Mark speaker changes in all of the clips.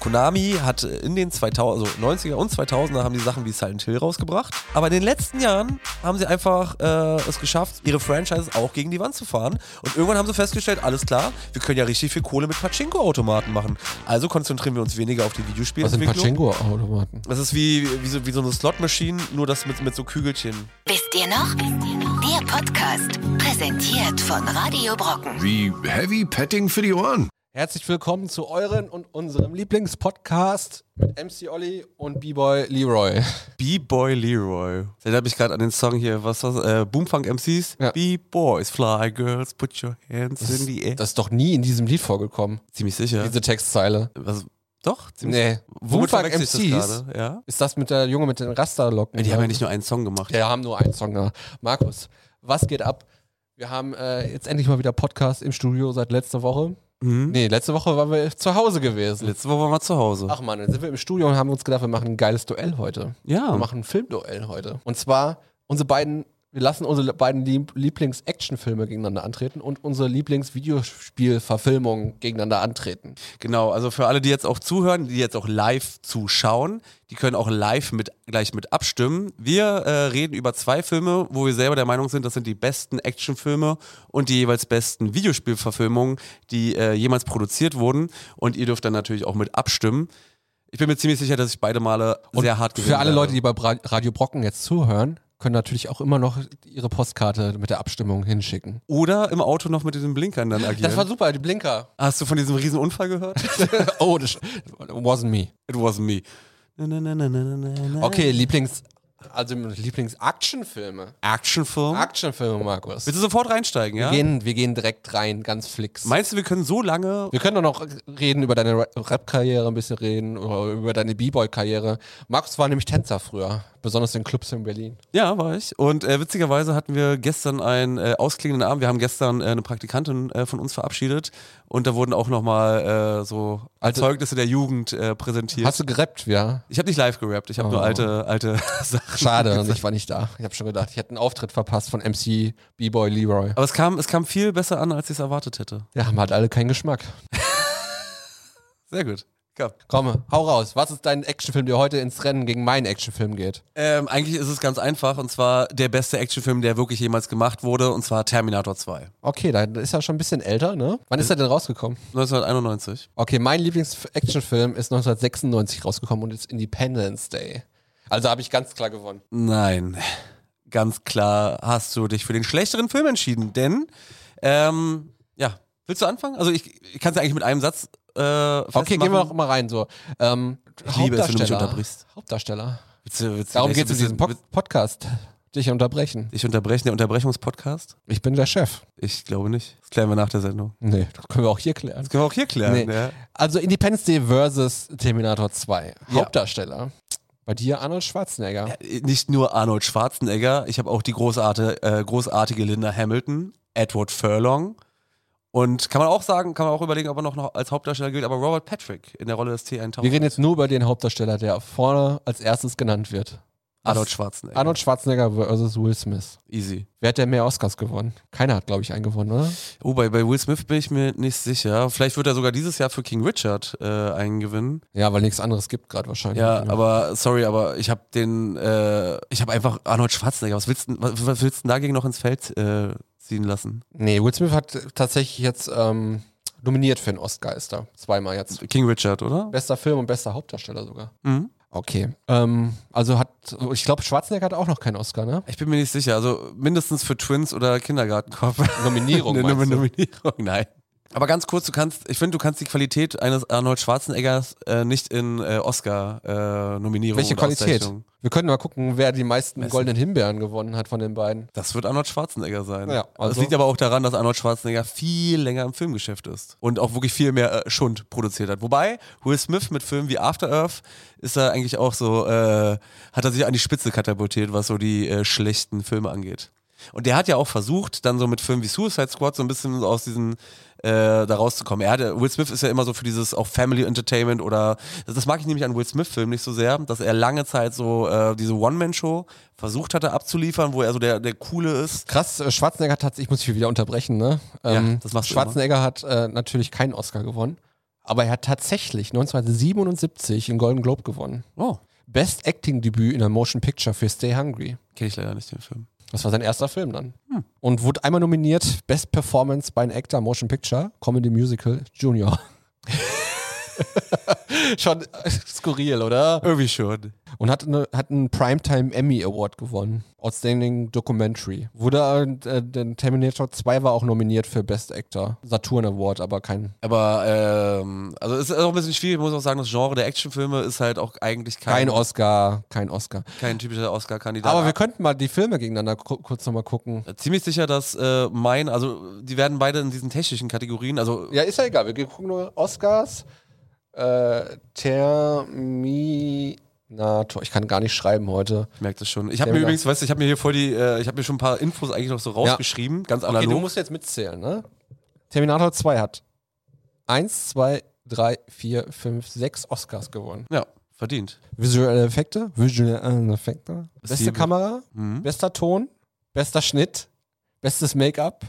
Speaker 1: Konami hat in den 2000, also 90er und 2000er haben die Sachen wie Silent Hill rausgebracht. Aber in den letzten Jahren haben sie einfach äh, es geschafft, ihre Franchises auch gegen die Wand zu fahren. Und irgendwann haben sie festgestellt, alles klar, wir können ja richtig viel Kohle mit Pachinko-Automaten machen. Also konzentrieren wir uns weniger auf die
Speaker 2: Was sind
Speaker 1: Videospielentwicklung.
Speaker 2: Pachinko-Automaten?
Speaker 1: Das ist wie, wie, so, wie so eine Slot-Maschine, nur das mit, mit so Kügelchen.
Speaker 3: Wisst ihr noch? Der Podcast, präsentiert von Radio Brocken.
Speaker 4: Wie Heavy Petting für die Ohren.
Speaker 2: Herzlich willkommen zu euren und unserem Lieblingspodcast mit MC Olli und B-Boy Leroy.
Speaker 1: B-Boy Leroy. Das erinnert mich gerade an den Song hier, was war äh, Boomfunk MCs.
Speaker 2: Ja.
Speaker 1: B-Boys, fly girls, put your hands in the air.
Speaker 2: Das ist doch nie in diesem Lied vorgekommen,
Speaker 1: ziemlich sicher.
Speaker 2: diese Textzeile.
Speaker 1: was, doch, ziemlich
Speaker 2: Nee.
Speaker 1: Womit
Speaker 2: Boomfunk
Speaker 1: verwechsel ich das
Speaker 2: MCs?
Speaker 1: gerade? Ja?
Speaker 2: Ist das mit der Junge mit den Rasterlocken?
Speaker 1: Ja, Die haben ja nicht nur einen Song gemacht.
Speaker 2: Wir haben nur einen Song da. Markus, was geht ab? Wir haben äh, jetzt endlich mal wieder Podcast im Studio seit letzter Woche.
Speaker 1: Mhm.
Speaker 2: Nee, letzte Woche waren wir zu Hause gewesen.
Speaker 1: Letzte Woche waren wir zu Hause.
Speaker 2: Ach man, dann sind wir im Studio und haben uns gedacht, wir machen ein geiles Duell heute. Wir
Speaker 1: ja.
Speaker 2: machen ein Filmduell heute. Und zwar unsere beiden, wir lassen unsere beiden Lieb- Lieblings-Action-Filme gegeneinander antreten und unsere Lieblings-Videospiel-Verfilmungen gegeneinander antreten.
Speaker 1: Genau, also für alle, die jetzt auch zuhören, die jetzt auch live zuschauen, die können auch live mit, gleich mit abstimmen. Wir äh, reden über zwei Filme, wo wir selber der Meinung sind, das sind die besten Actionfilme und die jeweils besten Videospielverfilmungen, die äh, jemals produziert wurden. Und ihr dürft dann natürlich auch mit abstimmen. Ich bin mir ziemlich sicher, dass ich beide Male
Speaker 2: Und
Speaker 1: sehr hart gewinnen
Speaker 2: Für alle
Speaker 1: werde.
Speaker 2: Leute, die bei Bra- Radio Brocken jetzt zuhören, können natürlich auch immer noch ihre Postkarte mit der Abstimmung hinschicken.
Speaker 1: Oder im Auto noch mit diesen Blinkern dann agieren.
Speaker 2: Das war super, die Blinker.
Speaker 1: Hast du von diesem riesen Unfall gehört?
Speaker 2: oh, das wasn't me.
Speaker 1: It wasn't me. Na, na, na, na, na, na, na.
Speaker 2: Okay, Lieblings, also Lieblings-Actionfilme.
Speaker 1: Actionfilm.
Speaker 2: Actionfilme, Markus.
Speaker 1: Willst du sofort reinsteigen, ja?
Speaker 2: Wir, gehen, wir gehen direkt rein, ganz flix.
Speaker 1: Meinst du, wir können so lange
Speaker 2: wir können doch noch reden über deine Ra- Rap-Karriere ein bisschen reden oder über deine B-Boy-Karriere. Markus war nämlich Tänzer früher, besonders in Clubs in Berlin.
Speaker 1: Ja, war ich. Und äh, witzigerweise hatten wir gestern einen äh, ausklingenden Abend. Wir haben gestern äh, eine Praktikantin äh, von uns verabschiedet und da wurden auch nochmal äh, so Erzeugnisse der Jugend äh, präsentiert.
Speaker 2: Also- Hast du gerappt, ja?
Speaker 1: ich habe nicht live gerappt, ich habe nur
Speaker 2: Oh.
Speaker 1: alte, alte Sachen.
Speaker 2: Schade, und ich war nicht da. Ich habe schon gedacht, ich hätte einen Auftritt verpasst von MC B-Boy Leroy.
Speaker 1: Aber es kam, es kam viel besser an, als ich es erwartet hätte.
Speaker 2: Ja, haben halt alle keinen Geschmack.
Speaker 1: Sehr gut. Ja.
Speaker 2: Komm, hau raus. Was ist dein Actionfilm, der heute ins Rennen gegen meinen Actionfilm geht?
Speaker 1: Ähm, eigentlich ist es ganz einfach und zwar der beste Actionfilm, der wirklich jemals gemacht wurde und zwar Terminator 2.
Speaker 2: Okay, da ist er schon ein bisschen älter, ne? Wann ist er denn rausgekommen?
Speaker 1: 1991.
Speaker 2: Okay, mein Lieblings-Actionfilm ist 1996 rausgekommen und ist Independence Day. Also habe ich ganz klar gewonnen.
Speaker 1: Nein, ganz klar hast du dich für den schlechteren Film entschieden, denn, ähm, ja, willst du anfangen? Also ich, ich kann es ja eigentlich mit einem Satz äh, festmachen.
Speaker 2: Okay, gehen wir noch mal rein. So. Ähm,
Speaker 1: Ich liebe es, wenn du mich
Speaker 2: Hauptdarsteller.
Speaker 1: unterbrichst.
Speaker 2: Hauptdarsteller.
Speaker 1: Willst du, willst du
Speaker 2: Darum
Speaker 1: gleich
Speaker 2: geht es in
Speaker 1: so ein
Speaker 2: diesem
Speaker 1: bisschen-
Speaker 2: Pod Podcast. Dich unterbrechen.
Speaker 1: Ich unterbreche, der Unterbrechungspodcast?
Speaker 2: Ich bin der Chef.
Speaker 1: Ich glaube nicht. Das klären wir nach der Sendung.
Speaker 2: Nee, das können wir auch hier klären.
Speaker 1: Das können wir auch hier klären.
Speaker 2: Nee.
Speaker 1: Ja.
Speaker 2: Also Independence Day versus Terminator 2.
Speaker 1: Ja.
Speaker 2: Hauptdarsteller. Bei dir Arnold Schwarzenegger.
Speaker 1: Äh, Nicht nur Arnold Schwarzenegger, ich habe auch die großartige, äh, großartige Linda Hamilton, Edward Furlong und kann man auch sagen, kann man auch überlegen, ob er noch, noch als Hauptdarsteller gilt, aber Robert Patrick in der Rolle des T1000.
Speaker 2: Wir reden jetzt nur über den Hauptdarsteller, der vorne als erstes genannt wird.
Speaker 1: Arnold Schwarzenegger.
Speaker 2: Arnold Schwarzenegger versus Will Smith.
Speaker 1: Easy.
Speaker 2: Wer hat denn mehr Oscars gewonnen? Keiner hat, glaube ich, einen gewonnen, oder?
Speaker 1: Oh, bei, bei Will Smith bin ich mir nicht sicher. Vielleicht wird er sogar dieses Jahr für King Richard äh, einen gewinnen.
Speaker 2: Ja, weil nichts anderes gibt gerade wahrscheinlich.
Speaker 1: Ja, aber sorry, aber ich habe den, äh, ich habe einfach Arnold Schwarzenegger. Was willst du was, was willst du denn dagegen noch ins Feld äh, ziehen lassen?
Speaker 2: Nee, Will Smith hat tatsächlich jetzt ähm, nominiert für einen Oscar, ist er. Zweimal jetzt.
Speaker 1: King Richard, oder?
Speaker 2: Bester Film und bester Hauptdarsteller sogar.
Speaker 1: Mhm.
Speaker 2: Okay. Ähm, also hat, ich glaube, Schwarzenegger hat auch noch keinen Oscar, ne?
Speaker 1: Ich bin mir nicht sicher. Also mindestens für Twins oder Kindergartenkopf.
Speaker 2: Nominierung,
Speaker 1: Eine
Speaker 2: meinst du?
Speaker 1: Nominierung, nein. Aber ganz kurz, du kannst, ich finde, du kannst die Qualität eines Arnold Schwarzeneggers äh, nicht in äh, Oscar äh, nominieren.
Speaker 2: Welche Qualität? Wir können mal gucken, wer die meisten
Speaker 1: Messen.
Speaker 2: goldenen Himbeeren gewonnen hat von den beiden.
Speaker 1: Das wird Arnold Schwarzenegger sein.
Speaker 2: Ja,
Speaker 1: also
Speaker 2: also-
Speaker 1: das liegt aber auch daran, dass Arnold Schwarzenegger viel länger im Filmgeschäft ist und auch wirklich viel mehr äh, Schund produziert hat. Wobei Will Smith mit Filmen wie After Earth ist er eigentlich auch so, äh, hat er sich an die Spitze katapultiert, was so die äh, schlechten Filme angeht. Und der hat ja auch versucht, dann so mit Filmen wie Suicide Squad so ein bisschen aus diesen äh, da rauszukommen. Er hatte, Will Smith ist ja immer so für dieses auch Family Entertainment oder das, das mag ich nämlich an Will Smith-Filmen nicht so sehr, dass er lange Zeit so äh, diese One-Man-Show versucht hatte abzuliefern, wo er so der, der coole ist.
Speaker 2: Krass, äh, Schwarzenegger hat, tats- ich muss mich wieder unterbrechen, ne?
Speaker 1: das machst du
Speaker 2: Schwarzenegger hat äh, natürlich keinen Oscar gewonnen, Aber er hat tatsächlich 1977 einen Golden Globe gewonnen.
Speaker 1: Oh,
Speaker 2: Best Acting Debüt in der Motion Picture für Stay Hungry.
Speaker 1: kenne ich leider nicht den Film.
Speaker 2: Das war sein erster Film dann.
Speaker 1: Hm.
Speaker 2: Und wurde einmal nominiert, Best Performance by an Actor Motion Picture, Comedy Musical Junior. Schon äh, skurril, oder?
Speaker 1: Irgendwie schon.
Speaker 2: Und hat, eine, hat einen Primetime Emmy Award gewonnen. Outstanding Documentary. Wurde äh, den Terminator 2 war auch nominiert für Best Actor. Saturn Award, aber kein.
Speaker 1: Aber, ähm, also es ist auch ein bisschen schwierig, ich muss auch sagen, das Genre der Actionfilme ist halt auch eigentlich kein,
Speaker 2: Kein Oscar, kein Oscar.
Speaker 1: kein typischer Oscar-Kandidat.
Speaker 2: Aber wir könnten mal die Filme gegeneinander ku- kurz nochmal gucken.
Speaker 1: Ziemlich sicher, dass äh, mein, also die werden beide in diesen technischen Kategorien, also
Speaker 2: Ja, ist ja egal. Wir gucken nur Oscars. Äh, Terminator. Ich kann gar nicht schreiben heute.
Speaker 1: ich merke das schon. Ich habe mir
Speaker 2: Sehr
Speaker 1: übrigens, weißt du, ich habe mir hier voll die, äh, ich habe mir schon ein paar Infos eigentlich noch so rausgeschrieben, ganz
Speaker 2: Okay, du
Speaker 1: analog.
Speaker 2: musst jetzt mitzählen, ne? Terminator 2 hat 1, 2, 3, 4, 5, 6 Oscars gewonnen.
Speaker 1: ja, verdient.
Speaker 2: Visuelle Effekte, visuelle Effekte. Beste
Speaker 1: Sieben.
Speaker 2: Kamera,
Speaker 1: Mhm.
Speaker 2: bester Ton, bester Schnitt, bestes Make-up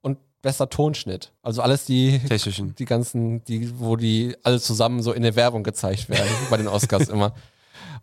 Speaker 2: und bester Tonschnitt. Also alles die
Speaker 1: Technischen.
Speaker 2: die ganzen, die, wo die alle zusammen so in der Werbung gezeigt werden, bei den Oscars immer.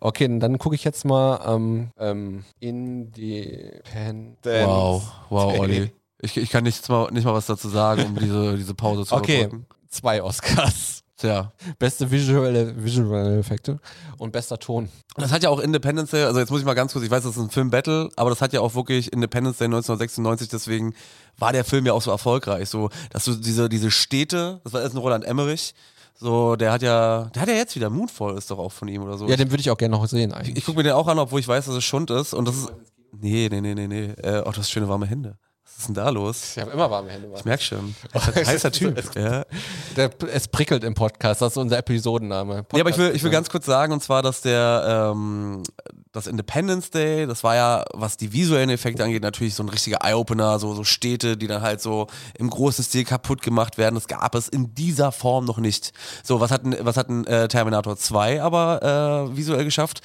Speaker 2: Okay, und dann gucke ich jetzt mal ähm, ähm, Independence.
Speaker 1: Wow, wow,
Speaker 2: Day.
Speaker 1: Olli. Ich, ich kann nichts mal, nicht mal was dazu sagen, um diese, diese Pause zu
Speaker 2: Okay,
Speaker 1: überbrücken.
Speaker 2: zwei Oscars.
Speaker 1: Tja.
Speaker 2: Beste visuelle, visuelle Effekte und bester Ton.
Speaker 1: Das hat ja auch Independence Day, also jetzt muss ich mal ganz kurz, ich weiß, das ist ein Film-Battle, aber das hat ja auch wirklich Independence Day 1996, deswegen war der Film ja auch so erfolgreich, so, dass du diese, diese Städte, das war erst ein Roland Emmerich, so, der hat ja, der hat ja jetzt wieder Moonfall, ist doch auch von ihm oder so.
Speaker 2: Ja, den würde ich auch gerne noch sehen eigentlich.
Speaker 1: ich gucke mir den auch an, obwohl ich weiß, dass es Schund ist und das ist, nee, nee, nee, nee, nee, äh, oh, das schöne warme Hände. Was ist denn da los?
Speaker 2: ich habe immer warme Hände.
Speaker 1: Ich merk schon. Heißer, heißer Typ. Ja.
Speaker 2: Der, es prickelt im Podcast, das ist unser Episodenname.
Speaker 1: Ja, aber ich will, ich will
Speaker 2: Podcast-
Speaker 1: ganz kurz sagen, und zwar, dass der ähm, das Independence Day, das war ja, was die visuellen Effekte angeht, natürlich so ein richtiger Eye-Opener, so, so Städte, die dann halt so im großen Stil kaputt gemacht werden. Das gab es in dieser Form noch nicht. So, was hat, ein- was hat ein äh, Terminator 2 aber äh, visuell geschafft?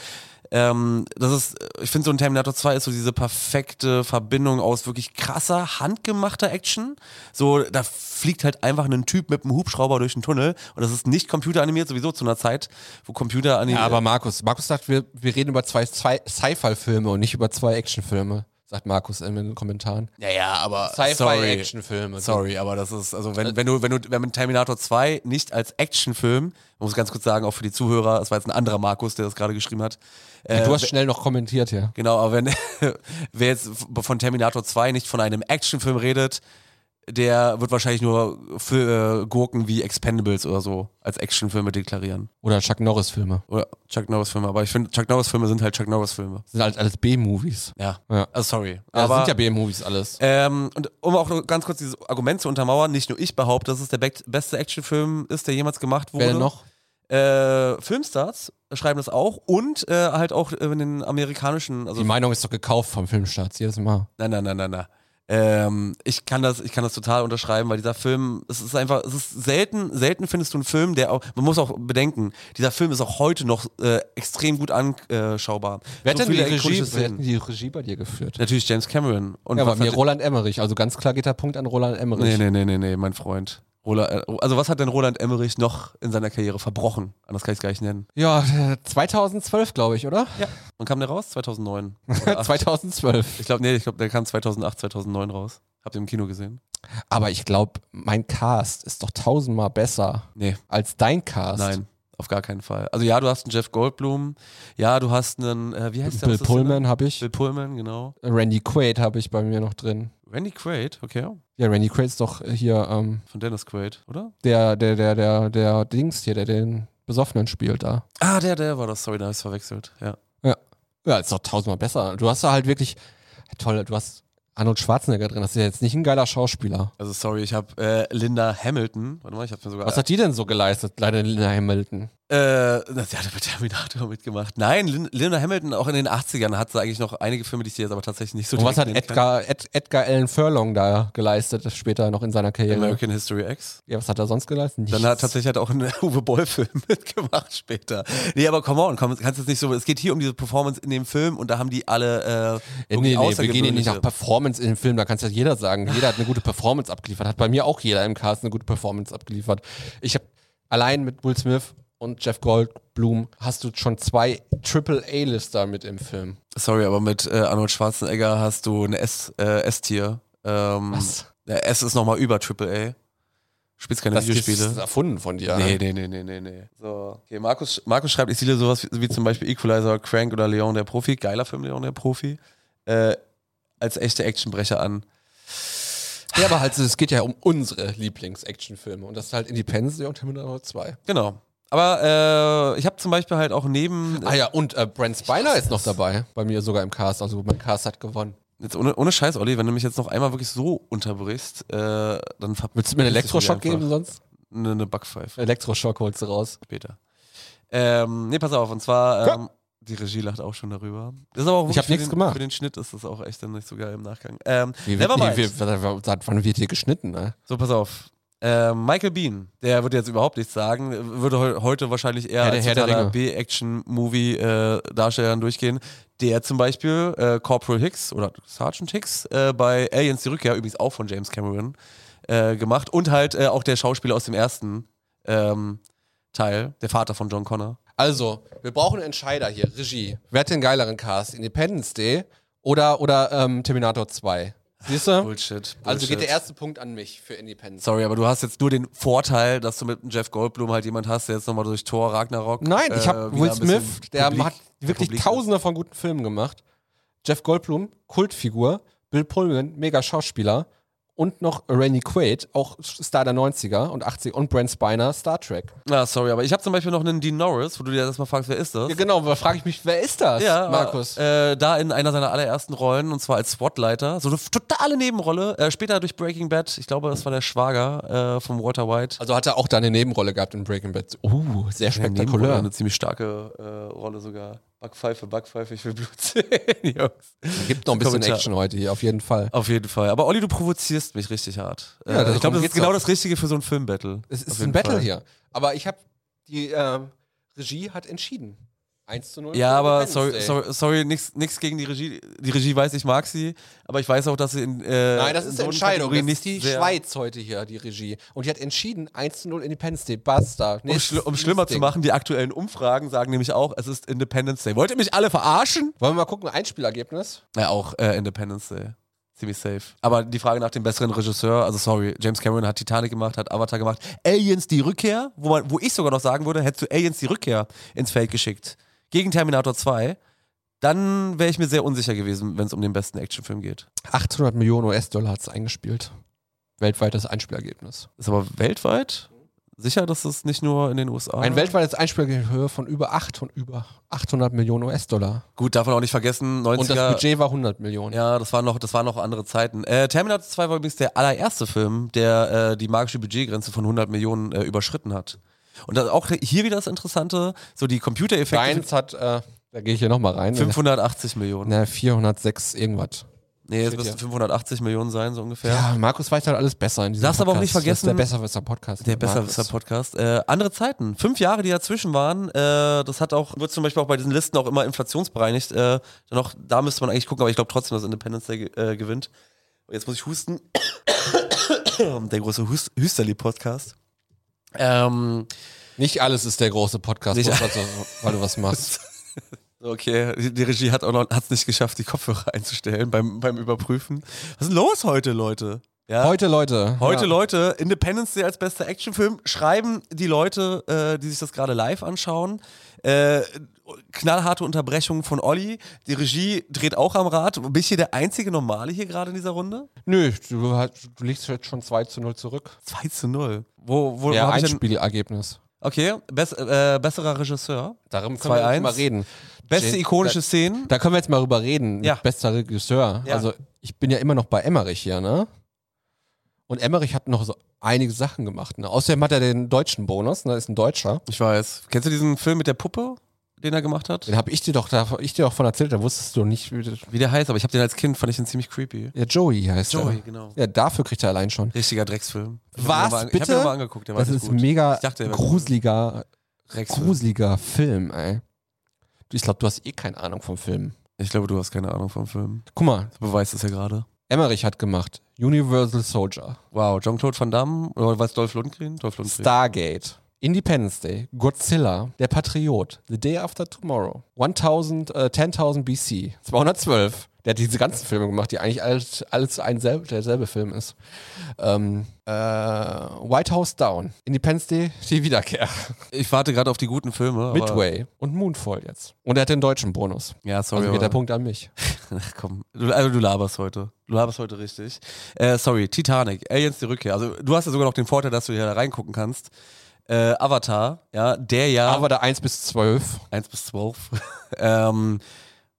Speaker 1: Ähm, das ist, ich finde so ein Terminator 2 ist so diese perfekte Verbindung aus wirklich krasser, handgemachter Action. So, da fliegt halt einfach ein Typ mit einem Hubschrauber durch den Tunnel und das ist nicht computeranimiert, sowieso zu einer Zeit, wo Computer
Speaker 2: Ja, aber Markus, Markus sagt, wir, wir reden über zwei, zwei Sci-Fi-Filme und nicht über zwei Actionfilme, sagt Markus in den Kommentaren.
Speaker 1: ja, ja, aber sorry.
Speaker 2: Sci-Fi-Actionfilme.
Speaker 1: Sorry, aber das ist, also
Speaker 2: Äh,
Speaker 1: wenn, wenn du, wenn du, wenn man Terminator 2 nicht als Actionfilm, ich muss ganz kurz sagen, auch für die Zuhörer, es war jetzt ein anderer Markus, der das gerade geschrieben hat. Äh,
Speaker 2: Du hast schnell noch kommentiert hier.
Speaker 1: Genau, aber wenn wer jetzt von Terminator 2 nicht von einem Actionfilm redet, der wird wahrscheinlich nur für äh, Gurken wie Expendables oder so als Actionfilme deklarieren.
Speaker 2: Oder Chuck Norris-Filme.
Speaker 1: Oder Chuck Norris-Filme. Aber ich finde, Chuck Norris-Filme sind halt Chuck Norris-Filme.
Speaker 2: Sind halt alles B-Movies.
Speaker 1: Ja.
Speaker 2: Ja.
Speaker 1: Also sorry.
Speaker 2: Ja,
Speaker 1: aber,
Speaker 2: sind ja B-Movies alles.
Speaker 1: ähm, und um auch nur ganz kurz dieses Argument zu untermauern, nicht nur ich behaupte, dass es der be beste Actionfilm ist, der jemals gemacht wurde.
Speaker 2: Wer denn noch?
Speaker 1: Äh, Filmstars schreiben das auch und äh, halt auch äh, in den amerikanischen, also
Speaker 2: Die Meinung ist doch gekauft vom Filmstarts jedes Mal.
Speaker 1: Nein, nein, nein, nein, nein. Ähm, ich kann das, ich kann das total unterschreiben, weil dieser Film, es ist einfach, es ist selten, selten findest du einen Film, der auch, man muss auch bedenken, dieser Film ist auch heute noch äh, extrem gut anschaubar.
Speaker 2: Wer hat,
Speaker 1: So
Speaker 2: denn die
Speaker 1: viele
Speaker 2: Regie,
Speaker 1: ikonische
Speaker 2: wer hat denn
Speaker 1: Szenen.
Speaker 2: die Regie bei dir geführt?
Speaker 1: Natürlich James Cameron. Und
Speaker 2: Ja, bei
Speaker 1: was
Speaker 2: mir
Speaker 1: hat-
Speaker 2: Roland Emmerich. Also ganz klar geht der Punkt an Roland
Speaker 1: Nee,
Speaker 2: Emmerich.
Speaker 1: nee, nee, nee, nee, mein Freund. Roland, äh, also was hat denn Roland Emmerich noch in seiner Karriere verbrochen? Anders kann ich es gar nicht nennen.
Speaker 2: Ja, äh, 2012 glaube ich, oder?
Speaker 1: Ja. Wann kam der raus? 2009. Oder 8.
Speaker 2: 2012.
Speaker 1: ich glaube, nee, ich glaube, der kam 2008, 2009 raus. Habt ihr im Kino gesehen?
Speaker 2: Aber ich glaube, mein Cast ist doch tausendmal besser
Speaker 1: Nee.
Speaker 2: als dein Cast.
Speaker 1: Nein, auf gar keinen Fall. Also ja, du hast einen Jeff Goldblum, ja, du hast einen, äh, wie heißt der?
Speaker 2: Bill
Speaker 1: Was ist der
Speaker 2: Pullman habe
Speaker 1: denn?
Speaker 2: ich.
Speaker 1: Bill Pullman, genau.
Speaker 2: Randy Quaid habe ich bei mir noch drin.
Speaker 1: Randy Quaid, okay,
Speaker 2: Ja, Randy Quaid ist doch hier ähm,
Speaker 1: von Dennis Quaid, oder?
Speaker 2: der, der, der, der, der Dings hier, der den Besoffenen spielt da.
Speaker 1: Ah, der, der war das, sorry, da habe ich verwechselt, ja.
Speaker 2: Ja, ist doch tausendmal besser. Du hast da halt wirklich, toll, du hast Arnold Schwarzenegger drin. Das ist ja jetzt nicht ein geiler Schauspieler.
Speaker 1: Also sorry, ich habe äh, Linda Hamilton, warte mal, ich habe mir sogar...
Speaker 2: Was hat die denn so geleistet, leider Linda Hamilton?
Speaker 1: Äh, na, sie hat bei Terminator mitgemacht. Nein, Lin Linda Hamilton, auch in den 80ern, hat sie eigentlich noch einige Filme, die ich dir jetzt aber tatsächlich nicht so
Speaker 2: Und was hat
Speaker 1: direkt nennen kann.
Speaker 2: Edgar, Ed, Edgar Allan Furlong da geleistet, später noch in seiner Karriere?
Speaker 1: American History X?
Speaker 2: Ja, was hat er sonst geleistet? Nichts.
Speaker 1: Dann hat tatsächlich hat auch ein Uwe Boll-Film mitgemacht später. Nee, aber come on, komm, kannst jetzt nicht so. Es geht hier um diese Performance in dem Film und da haben die alle. Äh,
Speaker 2: Ja, nee, nee, wir gehen
Speaker 1: außergewöhnliche-
Speaker 2: hier nicht nach Performance in den Film, da kann es ja jeder sagen. Jeder hat eine gute Performance abgeliefert. Hat bei mir auch jeder im Cast eine gute Performance abgeliefert. Ich habe Allein mit Will Smith und Jeff Goldblum hast du schon zwei Triple-A-Lister mit im Film.
Speaker 1: Sorry, aber mit äh, Arnold Schwarzenegger hast du ein S, äh, S-Tier. Ähm,
Speaker 2: Was?
Speaker 1: ja, S ist nochmal über Triple A. Spielst keine Videospiele.
Speaker 2: ist erfunden von dir.
Speaker 1: Nee, nee, nee, nee, nee, nee. So. Okay, Markus, Markus schreibt, ich sehe sowas wie, wie zum Beispiel Equalizer, Crank oder Leon der Profi, geiler Film Leon der Profi, äh, als echte Actionbrecher an.
Speaker 2: Ja, aber halt, es geht ja um unsere Lieblings-Action-Filme. Und das ist halt Independence Day und Terminator 2.
Speaker 1: Genau. Aber äh, ich habe zum Beispiel halt auch neben,
Speaker 2: Ah ja, und äh, Brent Spiner ist noch dabei. Bei mir sogar im Cast. Also mein Cast hat gewonnen.
Speaker 1: jetzt ohne, ohne Scheiß, Olli, wenn du mich jetzt noch einmal wirklich so unterbrichst, äh, dann ver-
Speaker 2: Willst du mir einen
Speaker 1: verpisst du dich
Speaker 2: Elektroschock
Speaker 1: einfach.
Speaker 2: geben sonst?
Speaker 1: Eine ne Backpfeife.
Speaker 2: Elektroschock holst du raus.
Speaker 1: Später. Ähm, nee, pass auf, und zwar, ähm, die Regie lacht auch schon darüber. Das ist aber auch
Speaker 2: Ich
Speaker 1: wirklich
Speaker 2: hab
Speaker 1: für
Speaker 2: nichts
Speaker 1: den,
Speaker 2: gemacht.
Speaker 1: Für den Schnitt ist das auch echt dann nicht so geil im Nachgang. Ähm,
Speaker 2: Wie wird,
Speaker 1: nevermind.
Speaker 2: nee, wie, seit wann wird hier geschnitten, ne?
Speaker 1: So, pass auf. Ähm, Michael Bean, der würde jetzt überhaupt nichts sagen, würde heu- heute wahrscheinlich eher
Speaker 2: Herr der-
Speaker 1: als
Speaker 2: Herr der
Speaker 1: totaler
Speaker 2: Ringe.
Speaker 1: B-Action-Movie-Darstellern durchgehen, der zum Beispiel äh, Corporal Hicks oder Sergeant Hicks äh, bei Aliens die Rückkehr, übrigens auch von James Cameron, äh, gemacht und halt äh, auch der Schauspieler aus dem ersten ähm, Teil, der Vater von John Connor.
Speaker 2: Also, wir brauchen einen Entscheider hier, Regie. Wer hat den geileren Cast? Independence Day oder, oder ähm, Terminator 2? Siehst du?
Speaker 1: Bullshit.
Speaker 2: Also geht der erste Punkt an mich für Independence Day.
Speaker 1: Sorry, aber du hast jetzt nur den Vorteil, dass du mit einem Jeff Goldblum halt jemand hast, der jetzt nochmal durch Thor Ragnarok.
Speaker 2: Nein, ich
Speaker 1: äh,
Speaker 2: habe
Speaker 1: wieder
Speaker 2: Will
Speaker 1: ein bisschen
Speaker 2: Smith, der
Speaker 1: Publik-
Speaker 2: hat wirklich
Speaker 1: Publik ist.
Speaker 2: tausende von guten Filmen gemacht. Jeff Goldblum, Kultfigur. Bill Pullman, mega Schauspieler. Und noch Randy Quaid, auch Star der 90er und 80 und Brent Spiner, Star Trek.
Speaker 1: Na, Ah, sorry, aber ich habe zum Beispiel noch einen Dean Norris, wo du dir erstmal fragst, wer ist das?
Speaker 2: Ja, genau, da frage ich mich, wer ist das,
Speaker 1: Ja,
Speaker 2: Markus?
Speaker 1: Äh, da in einer seiner allerersten Rollen, und zwar als SWAT-Leiter, so eine totale Nebenrolle. Äh, später durch Breaking Bad, ich glaube, das war der Schwager äh, von Walter White.
Speaker 2: also hat er auch da eine Nebenrolle gehabt in Breaking Bad. Uh, sehr
Speaker 1: Nebenrolle,
Speaker 2: spektakulär.
Speaker 1: Eine ziemlich starke äh, Rolle sogar. Backpfeife, Backpfeife, ich will Blut sehen, Jungs.
Speaker 2: Gibt noch ein bisschen
Speaker 1: Kommentar.
Speaker 2: Action heute hier, auf jeden Fall.
Speaker 1: Auf jeden Fall. Aber Olli, du provozierst mich richtig hart.
Speaker 2: Ja,
Speaker 1: äh,
Speaker 2: darum
Speaker 1: ich glaube, das
Speaker 2: geht's
Speaker 1: ist genau
Speaker 2: doch.
Speaker 1: das Richtige für so ein Film-Battle.
Speaker 2: Es
Speaker 1: Auf
Speaker 2: ist
Speaker 1: jeden
Speaker 2: ein Battle
Speaker 1: Fall.
Speaker 2: hier. Aber ich habe die ähm, Regie hat entschieden. 1 zu 0.
Speaker 1: Ja,
Speaker 2: für
Speaker 1: aber
Speaker 2: Independence
Speaker 1: sorry,
Speaker 2: Day.
Speaker 1: sorry, sorry nix, nix gegen die Regie. Die Regie weiß, ich mag sie, aber ich weiß auch, dass sie in. Äh,
Speaker 2: Nein, das ist
Speaker 1: in
Speaker 2: eine
Speaker 1: so
Speaker 2: Entscheidung.
Speaker 1: Kategorien
Speaker 2: Das ist die
Speaker 1: sehr-
Speaker 2: Schweiz heute hier, die Regie. Und die hat entschieden, 1 zu 0 Independence Day. Basta.
Speaker 1: Um,
Speaker 2: Nächstes
Speaker 1: schli um schlimmer zu
Speaker 2: Ding.
Speaker 1: machen, die aktuellen Umfragen sagen nämlich auch, es ist Independence Day. Wollt ihr mich alle verarschen?
Speaker 2: Wollen wir mal gucken, Einspielergebnis?
Speaker 1: Ja, auch äh, Independence Day. Ziemlich safe. Aber die Frage nach dem besseren Regisseur, also sorry, James Cameron hat Titanic gemacht, hat Avatar gemacht. Aliens die Rückkehr, wo, man, wo ich sogar noch sagen würde, hättest du Aliens die Rückkehr ins Feld geschickt gegen Terminator 2, dann wäre ich mir sehr unsicher gewesen, wenn es um den besten Actionfilm geht.
Speaker 2: 800 Millionen US-Dollar hat es eingespielt. Weltweites Einspielergebnis.
Speaker 1: Ist aber weltweit sicher, dass es nicht nur in den USA.
Speaker 2: Ein weltweites Einspielergebnis in Höhe von über 8 und über 800 Millionen US-Dollar.
Speaker 1: Gut, darf man auch nicht vergessen, 90er.
Speaker 2: Und das Budget war 100 Millionen.
Speaker 1: Ja, das waren noch, das waren noch andere Zeiten. Äh, Terminator 2 war übrigens der allererste Film, der äh, die magische Budgetgrenze von 100 Millionen äh, überschritten hat. Und das, auch hier wieder das Interessante, so die Computereffekte.
Speaker 2: Deins hat, äh, da gehe ich hier nochmal rein.
Speaker 1: 580 Millionen.
Speaker 2: Na, 406 irgendwas.
Speaker 1: Nee, es
Speaker 2: Steht
Speaker 1: müssten
Speaker 2: hier.
Speaker 1: 580 Millionen sein, so ungefähr.
Speaker 2: Ja, Markus weiß halt alles besser in diesem
Speaker 1: Darfst aber auch nicht
Speaker 2: Das ist
Speaker 1: vergessen-
Speaker 2: Der Besserwisser Podcast. ne,
Speaker 1: Der besser
Speaker 2: Markus.
Speaker 1: Podcast. Äh, andere Zeiten. Fünf Jahre, die dazwischen waren, äh, das hat auch, wird zum Beispiel auch bei diesen Listen auch immer inflationsbereinigt. Äh, noch, da müsste man eigentlich gucken, aber ich glaube trotzdem, dass Independence Day äh, gewinnt. Und Jetzt muss ich husten. Der große Hus Hüsterli-Podcast. Ähm,
Speaker 2: Nicht alles ist der große Podcast,
Speaker 1: Nicht
Speaker 2: bloß weil du- weil du was machst.
Speaker 1: so, okay, die, die Regie hat es nicht geschafft, die Kopfhörer einzustellen beim, beim Überprüfen. Was ist denn los heute, Leute? Ja?
Speaker 2: Heute, Leute.
Speaker 1: Heute,
Speaker 2: ja.
Speaker 1: Leute, Independence Day als bester Actionfilm schreiben die Leute, äh, die sich das gerade live anschauen. Äh, knallharte Unterbrechung von Olli. Die Regie dreht auch am Rad. Bin ich hier der einzige Normale hier gerade in dieser Runde?
Speaker 2: Nö, du, hast- du liegst jetzt schon 2 zu 0 zurück.
Speaker 1: 2 zu 0. Wo, wo,
Speaker 2: Ja,
Speaker 1: wo hab ich denn?
Speaker 2: Einspielergebnis.
Speaker 1: Okay, bess, äh, besserer Regisseur.
Speaker 2: Darum
Speaker 1: können wir jetzt mal
Speaker 2: reden.
Speaker 1: Beste
Speaker 2: Jane-
Speaker 1: ikonische
Speaker 2: da-
Speaker 1: Szenen.
Speaker 2: Da können wir jetzt mal drüber reden.
Speaker 1: Ja.
Speaker 2: Mit bester Regisseur.
Speaker 1: Ja.
Speaker 2: Also, ich bin ja immer noch bei Emmerich hier, ne? Und Emmerich hat noch so einige Sachen gemacht. Ne? Außerdem hat er den deutschen Bonus, ne? Ist ein Deutscher.
Speaker 1: Ich weiß. Kennst du diesen Film mit der Puppe, den er gemacht hat?
Speaker 2: Den habe ich dir doch da, ich dir doch von erzählt, da wusstest du nicht, wie das.
Speaker 1: Wie der heißt, aber ich habe den als Kind, fand ich den ziemlich creepy.
Speaker 2: Ja, Joey heißt
Speaker 1: Joey,
Speaker 2: er.
Speaker 1: genau.
Speaker 2: Ja, dafür kriegt er allein schon.
Speaker 1: Richtiger Drecksfilm. Ich hab mir
Speaker 2: Was,
Speaker 1: den mal an- Ich hab
Speaker 2: bitte?
Speaker 1: mir den mal angeguckt, der war
Speaker 2: Das
Speaker 1: nicht
Speaker 2: ist
Speaker 1: gut.
Speaker 2: mega
Speaker 1: Ich dachte, der wäre gut.
Speaker 2: gruseliger,
Speaker 1: Drecksfilm.
Speaker 2: gruseliger Film, ey. Du, Ich glaube, du hast eh keine Ahnung vom Film.
Speaker 1: Ich glaube, du hast keine Ahnung vom Film.
Speaker 2: Guck mal,
Speaker 1: Du beweist es ja gerade.
Speaker 2: Emmerich hat gemacht Universal Soldier,
Speaker 1: Wow, Jean-Claude Van Damme, oder was, Dolph Lundgren? Dolph Lundgren.
Speaker 2: Stargate, Independence Day, Godzilla, Der Patriot, The Day After Tomorrow, 1000, äh, 10.000 BC, 212. Der hat diese ganzen Filme gemacht, die eigentlich alles, alles ein sel derselbe Film ist. Ähm, äh, White House Down, Independence Day, Die Wiederkehr,
Speaker 1: Ich warte gerade auf die guten Filme. aber-
Speaker 2: Midway und Moonfall jetzt. Und er hat den deutschen Bonus.
Speaker 1: Ja, sorry.
Speaker 2: Also geht der
Speaker 1: aber-
Speaker 2: Punkt an mich.
Speaker 1: Ach komm, du, also du laberst heute. Du laberst heute richtig. Äh, sorry, Titanic, Aliens die Rückkehr. Also du hast ja sogar noch den Vorteil, dass du hier da reingucken kannst. Äh, Avatar, ja, der ja
Speaker 2: Aber da 1 bis 12.
Speaker 1: 1 bis 12. ähm,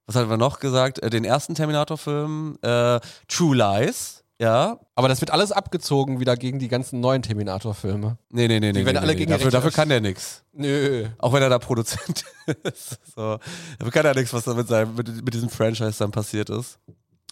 Speaker 1: was hatten wir noch gesagt? Äh, den ersten Terminator-Film, äh, True Lies, ja.
Speaker 2: Aber das wird alles abgezogen wieder gegen die ganzen neuen Terminator-Filme.
Speaker 1: Nee, nee, nee, nee.
Speaker 2: werden
Speaker 1: nee,
Speaker 2: alle
Speaker 1: nee.
Speaker 2: gegen
Speaker 1: dafür, dafür
Speaker 2: Recht-
Speaker 1: kann der nix.
Speaker 2: Nö.
Speaker 1: Auch wenn er da Produzent ist. So. Dafür kann er nix, was da mit, seinem, mit, mit diesem Franchise dann passiert ist.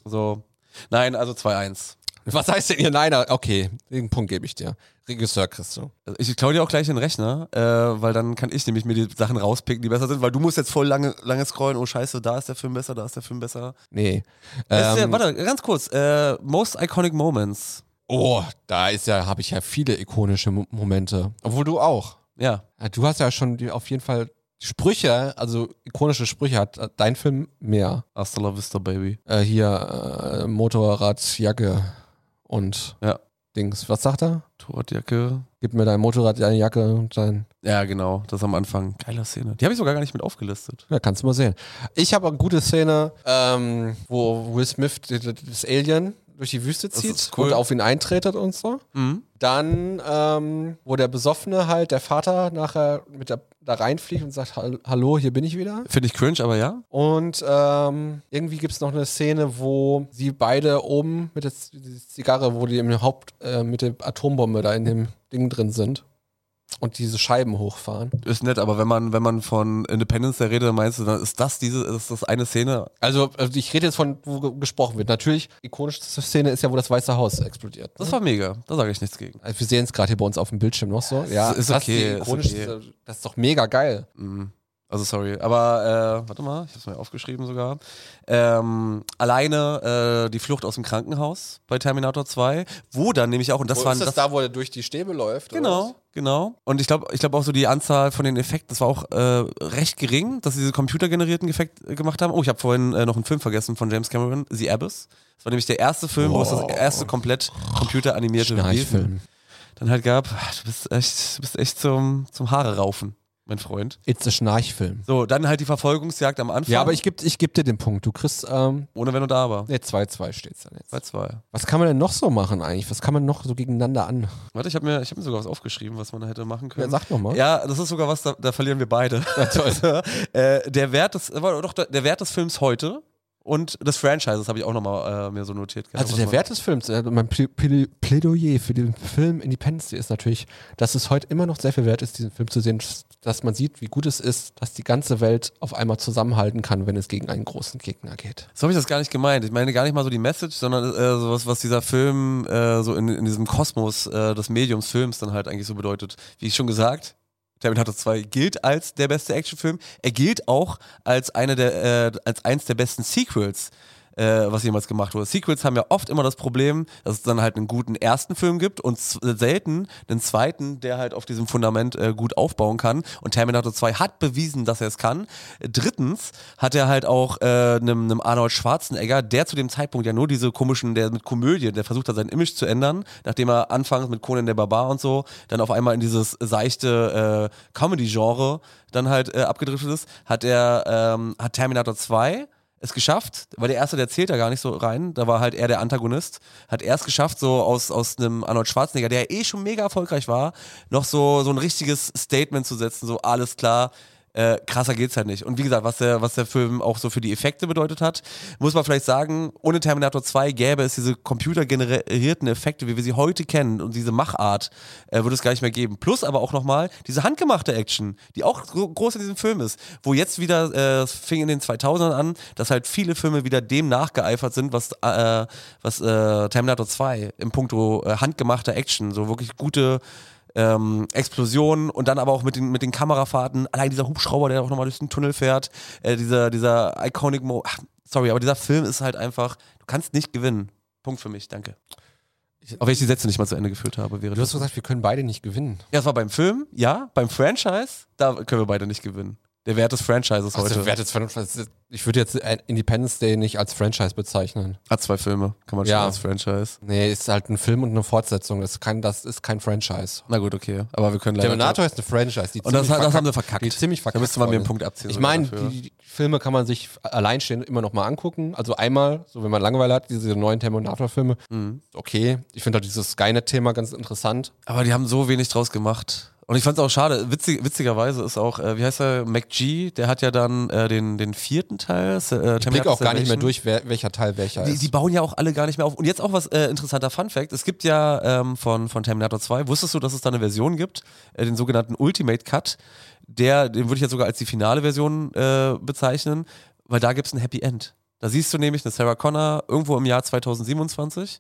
Speaker 1: So. Nein, also 2-1.
Speaker 2: Was heißt denn hier? Nein, ah, okay, den Punkt gebe ich dir. Regisseur kriegst du.
Speaker 1: Also Ich klaue dir auch gleich den Rechner, äh, weil dann kann ich nämlich mir die Sachen rauspicken, die besser sind, weil du musst jetzt voll lange, lange scrollen, oh scheiße, da ist der Film besser, da ist der Film besser.
Speaker 2: Nee.
Speaker 1: Das ist
Speaker 2: Ähm,
Speaker 1: ja, warte, ganz kurz, äh, Most Iconic Moments.
Speaker 2: oh, da ist ja, habe ich ja viele ikonische Mo- Momente. Obwohl du auch.
Speaker 1: Ja,
Speaker 2: Ja, Du hast ja schon die, auf jeden Fall Sprüche, also ikonische Sprüche hat äh, dein Film mehr.
Speaker 1: Hasta la Vista, Baby.
Speaker 2: Äh, hier äh, Motorradjacke und
Speaker 1: Ja.
Speaker 2: Dings. Was sagt er?
Speaker 1: Tortjacke.
Speaker 2: Gib mir dein Motorrad, deine Jacke und dein
Speaker 1: Ja, genau, das am Anfang. Geile Szene. Die habe ich sogar gar nicht mit aufgelistet.
Speaker 2: Ja, kannst du mal sehen. Ich habe eine gute Szene, ähm, wo Will Smith d- d- das Alien durch die Wüste
Speaker 1: Das
Speaker 2: zieht
Speaker 1: ist cool.
Speaker 2: und auf ihn eintretet und so.
Speaker 1: Mhm.
Speaker 2: Dann, ähm, wo der Besoffene halt, der Vater nachher mit der, da reinfliegt und sagt, "Hall- hallo, hier bin ich wieder.
Speaker 1: Finde ich cringe, aber ja.
Speaker 2: Und ähm, irgendwie gibt es noch eine Szene, wo sie beide oben mit der Z- die Zigarre, wo die im Haupt, äh, mit der Atombombe da in dem Ding drin sind und diese Scheiben hochfahren.
Speaker 1: Ist nett, aber wenn man, wenn man von Independence der Rede meinst, du, dann ist das diese, ist das eine Szene.
Speaker 2: Also, also ich rede jetzt von, wo ge- gesprochen wird. Natürlich, ikonischste Szene ist ja, wo das Weiße Haus explodiert. ne?
Speaker 1: Das war mega. Da sage ich nichts gegen.
Speaker 2: Also wir sehen es gerade hier bei uns auf dem Bildschirm noch so. Ja,
Speaker 1: ist
Speaker 2: das
Speaker 1: okay,
Speaker 2: die
Speaker 1: ist
Speaker 2: ikonischste, Das ist doch mega geil.
Speaker 1: Mhm. Also sorry, aber äh, warte mal, ich hab's mir aufgeschrieben sogar. Ähm, alleine äh, die Flucht aus dem Krankenhaus bei Terminator 2, wo dann nämlich auch, und das
Speaker 2: Wo
Speaker 1: waren
Speaker 2: ist das, da, wo er durch die Stäbe läuft? oder
Speaker 1: Genau, genau. Und ich glaube ich glaub auch so die Anzahl von den Effekten, das war auch äh, recht gering, dass sie diese computergenerierten Effekte gemacht haben. Oh, ich habe vorhin äh, noch einen Film vergessen von James Cameron, The Abyss. Das war nämlich der erste Film, wo es das erste komplett
Speaker 2: was?
Speaker 1: computeranimierte Wesen
Speaker 2: Schnarchfilm.
Speaker 1: dann halt gab. Du bist echt, du bist echt zum, zum Haare raufen, mein Freund.
Speaker 2: It's a Schnarchfilm.
Speaker 1: So, dann halt die Verfolgungsjagd am Anfang.
Speaker 2: Ja, aber ich gebe ich geb dir den Punkt. Du kriegst, ähm,
Speaker 1: Ohne Wenn und Aber.
Speaker 2: ne, 2-2 steht's dann jetzt.
Speaker 1: Bei zwei.
Speaker 2: Was kann man denn noch so machen eigentlich? Was kann man noch so gegeneinander an?
Speaker 1: Warte, ich habe mir, ich hab mir sogar was aufgeschrieben, was man da hätte machen
Speaker 2: Ja,
Speaker 1: können.
Speaker 2: sag nochmal.
Speaker 1: Ja, das ist sogar was, da, da verlieren wir beide. äh, der, Wert des, äh, warte, doch, der Wert des Films heute und des Franchises habe ich auch nochmal äh, mir so notiert. gehabt,
Speaker 2: Also
Speaker 1: was
Speaker 2: der
Speaker 1: man-
Speaker 2: Wert des Films, äh, mein Plä- Plä- Plädoyer für den Film Independence Day ist natürlich, dass es heute immer noch sehr viel wert ist, diesen Film zu sehen, dass man sieht, wie gut es ist, dass die ganze Welt auf einmal zusammenhalten kann, wenn es gegen einen großen Gegner geht.
Speaker 1: So habe ich das gar nicht gemeint. Ich meine gar nicht mal so die Message, sondern äh, sowas, was dieser Film äh, so in, in diesem Kosmos äh, des Mediums Films dann halt eigentlich so bedeutet. Wie ich schon gesagt, Terminator 2 gilt als der beste Actionfilm. Er gilt auch als eine der äh, als eins der besten Sequels. Äh, was jemals gemacht wurde. Sequels haben ja oft immer das Problem, dass es dann halt einen guten ersten Film gibt und z- äh, selten einen zweiten, der halt auf diesem Fundament äh, gut aufbauen kann. Und Terminator 2 hat bewiesen, dass er es kann. Drittens hat er halt auch äh, einem, einem Arnold Schwarzenegger, der zu dem Zeitpunkt ja nur diese komischen, der mit Komödie, der versucht hat, sein Image zu ändern, nachdem er anfangs mit Conan der Barbar und so, dann auf einmal in dieses seichte äh, Comedy-Genre dann halt äh, abgedriftet ist, hat er, ähm, hat Terminator 2 es geschafft, weil der erste, der zählt da gar nicht so rein, da war halt er der Antagonist, hat er es geschafft, so aus, aus einem Arnold Schwarzenegger, der ja eh schon mega erfolgreich war, noch so, so ein richtiges Statement zu setzen, so alles klar, äh, krasser geht's halt nicht. Und wie gesagt, was der, was der Film auch so für die Effekte bedeutet hat, muss man vielleicht sagen, ohne Terminator 2 gäbe es diese computergenerierten Effekte, wie wir sie heute kennen und diese Machart, äh, würde es gar nicht mehr geben. Plus aber auch nochmal diese handgemachte Action, die auch gro- groß in diesem Film ist, wo jetzt wieder, äh, es fing in den 2000ern an, dass halt viele Filme wieder dem nachgeeifert sind, was, äh, was äh, Terminator 2 im Punkto äh, handgemachter Action, so wirklich gute ähm, Explosionen und dann aber auch mit den, mit den Kamerafahrten, allein dieser Hubschrauber, der auch nochmal durch den Tunnel fährt, äh, dieser, dieser iconic Mo. Ach, sorry, aber dieser Film ist halt einfach, du kannst nicht gewinnen. Punkt für mich, danke. Auch wenn ich die Sätze nicht mal zu Ende geführt habe. Wäre
Speaker 2: Du hast gesagt, wir können beide nicht gewinnen.
Speaker 1: ja, das war beim Film, ja. Beim Franchise, da können wir beide nicht gewinnen. Der Wert des Franchises heute.
Speaker 2: Also, wer hat jetzt vernünftig- ich würde jetzt äh, Independence Day nicht als Franchise bezeichnen.
Speaker 1: hat zwei Filme, kann man schon
Speaker 2: Ja.
Speaker 1: als Franchise.
Speaker 2: Nee, ist halt ein Film und eine Fortsetzung. Das, kann, das ist kein Franchise.
Speaker 1: Na gut, okay. Aber wir können leider.
Speaker 2: Terminator ist eine Franchise. Die
Speaker 1: Und das- das
Speaker 2: ziemlich verkackt-
Speaker 1: haben sie verkackt.
Speaker 2: Die ziemlich verkackt.
Speaker 1: Da müsste man mir einen
Speaker 2: worden
Speaker 1: Punkt
Speaker 2: ist.
Speaker 1: abziehen
Speaker 2: Ich
Speaker 1: sogar
Speaker 2: meine,
Speaker 1: dafür.
Speaker 2: die, die Filme kann man sich alleinstehend immer noch mal angucken. Also einmal, so wenn man Langeweile hat, diese neuen Terminator-Filme. Okay, ich finde auch dieses Skynet-Thema ganz interessant.
Speaker 1: Aber die Mhm. haben so wenig draus gemacht. Und ich fand es auch schade. Witzig, witzigerweise ist auch, äh, wie heißt er, MacG, der hat ja dann äh, den, den vierten Teil. äh, Ich
Speaker 2: Ich blicke auch gar nicht mehr durch, wer, welcher Teil welcher
Speaker 1: Die,
Speaker 2: ist.
Speaker 1: die bauen ja auch alle gar nicht mehr auf. Und jetzt auch was äh, interessanter Fun Fact. Es gibt ja ähm, von, von Terminator 2, wusstest du, dass es da eine Version gibt, äh, den sogenannten Ultimate Cut, der, den würde ich jetzt sogar als die finale Version äh, bezeichnen, weil da gibt es ein Happy End. Da siehst du nämlich eine Sarah Connor irgendwo im Jahr 2027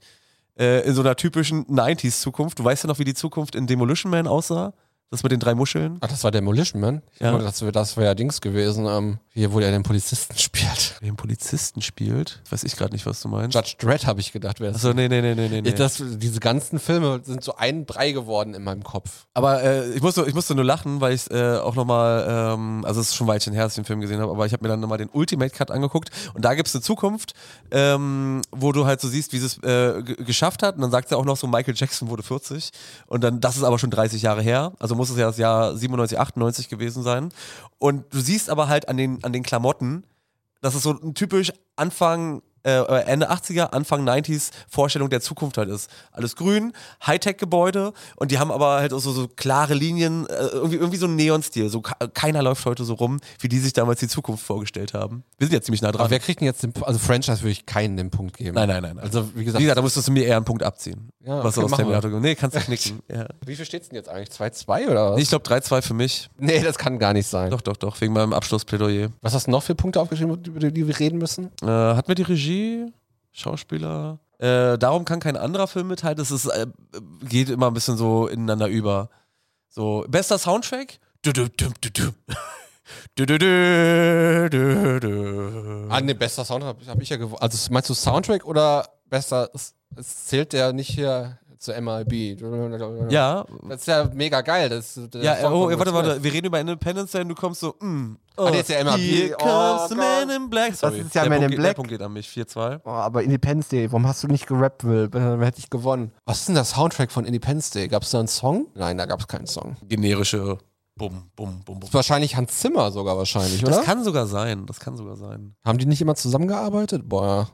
Speaker 1: äh, in so einer typischen 90s-Zukunft. Du weißt ja noch, wie die Zukunft in Demolition Man aussah? Das mit den drei Muscheln?
Speaker 2: Ach, das war Demolition Man? Ich
Speaker 1: Ja.
Speaker 2: ja. das wäre das wär ja Dings gewesen, ähm, hier, wo er den Polizisten spielt.
Speaker 1: Den Polizisten spielt? Weiß ich gerade nicht, was du meinst.
Speaker 2: Judge Dredd habe ich gedacht, wäre das.
Speaker 1: Achso, nee, nee, nee, nee, nee. nee.
Speaker 2: Das, diese ganzen Filme sind so ein Brei geworden in meinem Kopf.
Speaker 1: Aber äh, ich, musste, ich musste nur lachen, weil ich äh, auch nochmal, ähm, also es ist schon ein Weilchen her, dass ich den Film gesehen habe, aber ich habe mir dann nochmal den Ultimate Cut angeguckt und da gibt es eine Zukunft, ähm, wo du halt so siehst, wie sie es äh, g- geschafft hat und dann sagt sie auch noch so, Michael Jackson wurde 40 und dann, das ist aber schon 30 Jahre her, also muss es ja das Jahr 97, 98 gewesen sein und du siehst aber halt an den, an den Klamotten, dass es so ein typisch Anfang, äh, äh, Ende 80er, Anfang 90s Vorstellung der Zukunft halt ist. Alles grün, Hightech-Gebäude und die haben aber halt auch so, so klare Linien, äh, irgendwie, irgendwie so ein Neon-Stil. So, ka- keiner läuft heute so rum, wie die sich damals die Zukunft vorgestellt haben. Wir sind ja ziemlich nah dran.
Speaker 2: Aber wer kriegt denn jetzt den P- Also Franchise würde ich keinen den Punkt geben.
Speaker 1: nein, nein, nein, nein.
Speaker 2: Also wie gesagt,
Speaker 1: wie gesagt, da musstest du mir eher einen Punkt abziehen.
Speaker 2: Ja,
Speaker 1: was
Speaker 2: okay,
Speaker 1: aus
Speaker 2: machen
Speaker 1: Terminator kommt. Nee, kannst du knicken. ja.
Speaker 2: wie viel steht's denn jetzt eigentlich? 2-2 oder was?
Speaker 1: Ich glaube 3-2 für mich.
Speaker 2: Nee, das kann gar nicht sein.
Speaker 1: Doch, doch, doch, wegen meinem Abschlussplädoyer.
Speaker 2: Was hast du noch für Punkte aufgeschrieben, über die wir reden müssen?
Speaker 1: Äh, hat mir die Regie, Schauspieler. Äh, darum kann kein anderer Film mithalten. Es ist, äh, geht immer ein bisschen so ineinander über. So, bester Soundtrack? Du, du, du, du, du. Du, du, du, du, du.
Speaker 2: Ah, nee, bester Sound habe hab ich ja gewonnen. Also meinst du Soundtrack oder bester, es, es zählt der nicht hier zu MIB?
Speaker 1: Ja,
Speaker 2: Das ist ja mega geil. Das, ist der
Speaker 1: ja,
Speaker 2: Song
Speaker 1: oh,
Speaker 2: äh,
Speaker 1: warte,
Speaker 2: von Will Smith.
Speaker 1: warte, wir reden über Independence Day und du kommst so, mm, oh,
Speaker 2: Ah, nee, ist ja MIB.
Speaker 1: Here
Speaker 2: Oh
Speaker 1: comes the
Speaker 2: Gott.
Speaker 1: Man in Black. Sorry.
Speaker 5: ist ja
Speaker 1: der
Speaker 5: Man
Speaker 1: Punkt
Speaker 5: in
Speaker 1: geht- Der
Speaker 5: Black.
Speaker 1: Punkt geht an mich, 4-2.
Speaker 5: Oh, aber Independence Day, warum hast du nicht gerappt, Will?
Speaker 2: Dann Äh, hätte ich gewonnen. Was ist denn der Soundtrack von Independence Day? Gab es da einen Song? Nein, da gab es keinen Song.
Speaker 1: Generische Bum, bum, bum, bum.
Speaker 2: Ist wahrscheinlich Hans Zimmer sogar wahrscheinlich, oder?
Speaker 1: Das kann sogar sein, das kann sogar sein.
Speaker 2: Haben die nicht immer zusammengearbeitet? Boah.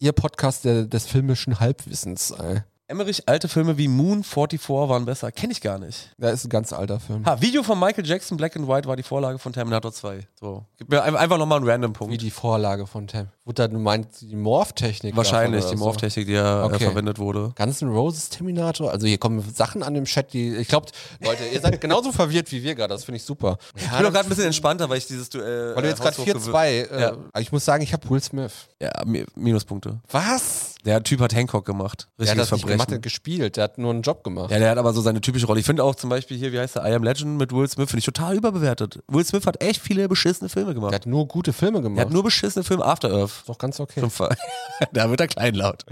Speaker 2: Ihr Podcast der, des filmischen Halbwissens, ey.
Speaker 1: Emmerich, alte Filme wie Moon 44 waren besser. Kenne ich gar nicht.
Speaker 2: Da ist ein ganz alter Film.
Speaker 1: Ha, Video von Michael Jackson, Black and White, war die Vorlage von Terminator 2. So. Gib mir ein- einfach nochmal einen random
Speaker 2: Wie
Speaker 1: Punkt.
Speaker 2: die Vorlage von Tam. Wurde da, du meinst, die Morph-Technik?
Speaker 1: Wahrscheinlich die
Speaker 2: davon oder So.
Speaker 1: Morph-Technik, die ja äh,
Speaker 2: Okay.
Speaker 1: verwendet wurde.
Speaker 2: Guns N' Roses Terminator. Also hier kommen Sachen an dem Chat, die. Ich glaube, Leute, ihr seid genauso verwirrt wie wir gerade. Das finde ich super.
Speaker 1: Ich bin doch gerade ein bisschen entspannter, weil ich dieses Duell.
Speaker 2: Weil du jetzt gerade
Speaker 1: Haushoch-
Speaker 2: 4-2. Äh,
Speaker 1: Ja.
Speaker 2: aber Ich muss sagen, ich habe Will Smith.
Speaker 1: Ja, mi- Minuspunkte.
Speaker 2: Was?
Speaker 1: Der Typ hat Hancock gemacht.
Speaker 2: Der hat
Speaker 1: Richtiges
Speaker 2: das nicht gemacht,
Speaker 1: Verbrechen.
Speaker 2: der hat gespielt. Der hat nur einen Job gemacht.
Speaker 1: Ja, der hat aber so seine typische Rolle. Ich finde auch zum Beispiel hier, wie heißt der, I Am Legend mit Will Smith, finde ich total überbewertet. Will Smith hat echt viele beschissene Filme gemacht.
Speaker 2: Der hat nur gute Filme gemacht.
Speaker 1: Der hat nur beschissene Filme After Earth.
Speaker 2: ist doch ganz okay.
Speaker 1: Zum Fall. da wird er kleinlaut.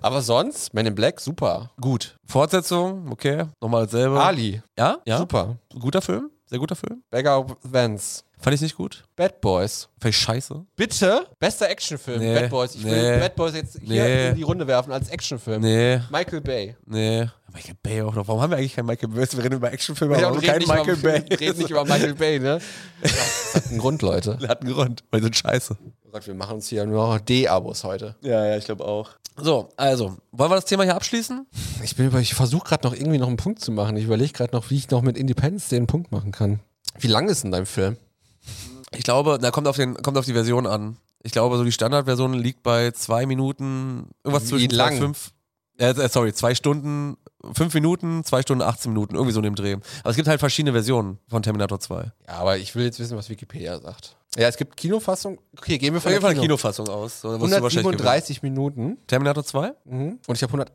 Speaker 2: Aber sonst, Men in Black, super.
Speaker 1: Gut. Fortsetzung, okay. Nochmal dasselbe.
Speaker 2: Ali,
Speaker 1: Ja? Ja.
Speaker 2: super.
Speaker 1: Guter Film. Sehr guter Film.
Speaker 2: Beggar Vance,
Speaker 1: Fand ich nicht gut.
Speaker 2: Bad Boys.
Speaker 1: Fand ich scheiße.
Speaker 2: Bitte, bester Actionfilm,
Speaker 1: Nee,
Speaker 2: Bad Boys. Ich
Speaker 1: nee,
Speaker 2: will Bad Boys jetzt hier
Speaker 1: nee.
Speaker 2: in die Runde werfen als Actionfilm.
Speaker 1: Nee,
Speaker 2: Michael Bay.
Speaker 1: nee. Michael Bay auch noch. Warum haben wir eigentlich keinen Michael Bay? Wir reden über Actionfilme,
Speaker 2: Ja,
Speaker 1: aber
Speaker 2: und reden
Speaker 1: keinen
Speaker 2: nicht
Speaker 1: Michael
Speaker 2: über,
Speaker 1: Bay.
Speaker 2: Reden nicht über Michael Bay, ne? Das hat einen Grund, Leute.
Speaker 1: Das hat einen Grund. Weil die sind scheiße.
Speaker 2: Oh Gott, wir machen uns hier nur noch D-Abos heute.
Speaker 1: Ja, ja, ich glaube auch. So, also, wollen wir das Thema hier abschließen?
Speaker 2: Ich bin über, ich versuche gerade noch irgendwie noch einen Punkt zu machen. Ich überlege gerade noch, wie ich noch mit Independence den Punkt machen kann. Wie lang ist denn dein Film?
Speaker 1: Ich glaube, da kommt auf, den, kommt auf die Version an. Ich glaube, so die Standardversion liegt bei zwei Minuten, irgendwas
Speaker 2: Wie
Speaker 1: zwischen zwei,
Speaker 2: lang?
Speaker 1: fünf. Äh, äh, sorry, zwei Stunden, fünf Minuten, zwei Stunden, 18 Minuten, irgendwie so in dem Dreh. Aber es gibt halt verschiedene Versionen von Terminator 2.
Speaker 2: Ja, aber ich will jetzt wissen, was Wikipedia sagt. Ja, es gibt Kinofassung. Okay, gehen wir
Speaker 1: Auf
Speaker 2: von
Speaker 1: jeden Fall eine
Speaker 2: der Kino.
Speaker 1: Kinofassung aus. So, da wirst du wahrscheinlich gewinnen.
Speaker 2: 137 Minuten.
Speaker 1: Terminator 2?
Speaker 2: Mhm. Und ich habe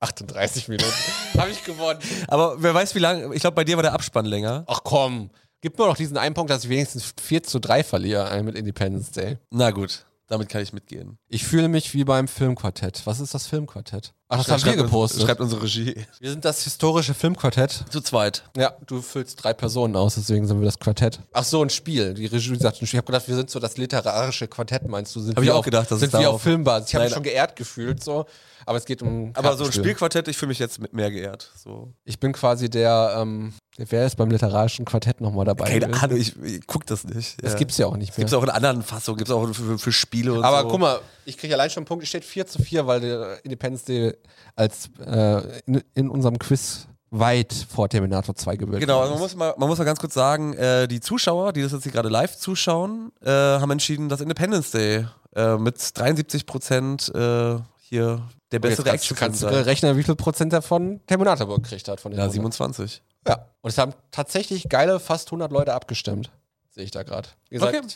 Speaker 2: 138 Minuten. habe ich gewonnen.
Speaker 1: Aber wer weiß, wie lange. Ich glaube, bei dir war der Abspann länger.
Speaker 2: Ach komm, gib mir doch diesen einen Punkt, dass ich wenigstens 4 zu 3 verliere äh, mit Independence Day.
Speaker 1: Na gut, damit kann ich mitgehen.
Speaker 2: Ich fühle mich wie beim Filmquartett. Was ist das Filmquartett? Ach, das haben wir
Speaker 1: Schreibt uns-
Speaker 2: gepostet.
Speaker 1: Schreibt unsere Regie.
Speaker 2: Wir sind das historische Filmquartett.
Speaker 1: Zu zweit.
Speaker 2: Ja, du füllst drei Personen aus, deswegen sind wir das Quartett. Ach so, ein Spiel. Die Regie sagt ein Spiel. Ich habe gedacht, wir sind so das literarische Quartett, meinst du? Sind
Speaker 1: Hab
Speaker 2: wir
Speaker 1: ich auch
Speaker 2: auf-
Speaker 1: gedacht, dass es
Speaker 2: sind wir
Speaker 1: darauf-
Speaker 2: auf Filmbasis. Ich habe mich
Speaker 1: Nein.
Speaker 2: schon geehrt gefühlt, so. Aber es geht um.
Speaker 1: Aber so ein
Speaker 2: Kartenspiel.
Speaker 1: Spielquartett, ich fühle mich jetzt mit mehr geehrt. So.
Speaker 2: Ich bin quasi der. Ähm, wer ist beim literarischen Quartett nochmal dabei?
Speaker 1: Keine
Speaker 2: gewesen?
Speaker 1: Ahnung, ich, ich guck das nicht.
Speaker 2: Das gibt's ja auch nicht mehr.
Speaker 1: Gibt es auch in anderen Fassungen, gibt es auch für, für Spiele und
Speaker 2: Aber
Speaker 1: so.
Speaker 2: guck mal, ich kriege allein schon einen Punkt. Es steht 4 zu 4, weil der Independence Day als äh, in, in unserem Quiz weit vor Terminator 2 gewählt
Speaker 1: Genau, also
Speaker 2: worden
Speaker 1: man
Speaker 2: ist.
Speaker 1: muss, mal, man muss mal ganz kurz sagen, äh, die Zuschauer, die das jetzt hier gerade live zuschauen, äh, haben entschieden, dass Independence Day äh, mit 73 Prozent äh, hier der
Speaker 2: Jetzt
Speaker 1: bessere
Speaker 2: kannst,
Speaker 1: Action
Speaker 2: kannst du
Speaker 1: sein.
Speaker 2: rechnen, wie viel Prozent davon Terminator gekriegt hat. Von den
Speaker 1: Ja,
Speaker 2: 100.
Speaker 1: 27.
Speaker 2: ja. Und es haben tatsächlich geile fast 100 Leute abgestimmt. Sehe ich da gerade. Wie gesagt,
Speaker 1: Okay.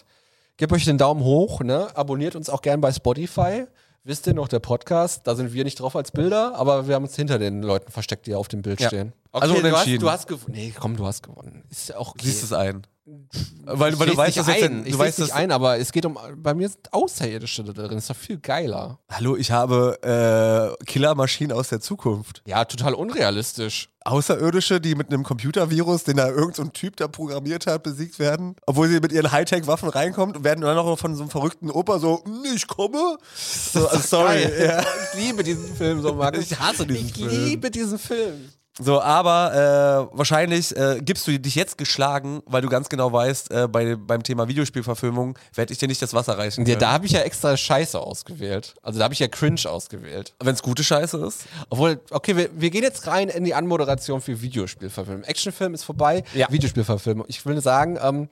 Speaker 2: gebt euch den Daumen hoch, ne? abonniert uns auch gern bei Spotify. Wisst ihr noch, der Podcast, da sind wir nicht drauf als Bilder, aber wir haben uns hinter den Leuten versteckt, die auf dem Bild
Speaker 1: Ja.
Speaker 2: stehen.
Speaker 1: Also
Speaker 2: du hast,
Speaker 1: unentschieden.
Speaker 2: du hast gewonnen. Nee, komm, du hast gewonnen. Ist ja auch okay.
Speaker 1: Siehst es ein. Weil,
Speaker 2: Ich
Speaker 1: weil du
Speaker 2: seh's
Speaker 1: weißt,
Speaker 2: nicht
Speaker 1: dass jetzt,
Speaker 2: ein.
Speaker 1: du
Speaker 2: ich
Speaker 1: weißt,
Speaker 2: weiß nicht
Speaker 1: dass-
Speaker 2: ein, aber es geht um bei mir sind Außerirdische da drin. Ist doch viel geiler.
Speaker 1: Hallo, ich habe äh, Killermaschinen aus der Zukunft.
Speaker 2: Ja, total unrealistisch.
Speaker 1: Außerirdische, die mit einem Computervirus, den da irgendein so ein Typ da programmiert hat, besiegt werden. Obwohl sie mit ihren Hightech-Waffen reinkommt und werden dann noch von so einem verrückten Opa so, "Mm, ich komme. So, äh, sorry.
Speaker 2: Geil.
Speaker 1: Ja.
Speaker 2: Ich liebe diesen Film so, Markus.
Speaker 1: Ich hasse diesen
Speaker 2: ich
Speaker 1: Film.
Speaker 2: liebe diesen Film.
Speaker 1: So, aber äh, wahrscheinlich äh, gibst du dich jetzt geschlagen, weil du ganz genau weißt, äh, bei, beim Thema Videospielverfilmung werde ich dir nicht das Wasser reichen.
Speaker 2: Ja,
Speaker 1: Können.
Speaker 2: da habe ich ja extra Scheiße ausgewählt. Also da habe ich ja Cringe ausgewählt.
Speaker 1: Wenn es gute Scheiße ist.
Speaker 2: Obwohl, okay, wir, wir gehen jetzt rein in die Anmoderation für Videospielverfilmung. Actionfilm ist vorbei,
Speaker 1: Ja.
Speaker 2: Videospielverfilmung. Ich will nur sagen, ähm,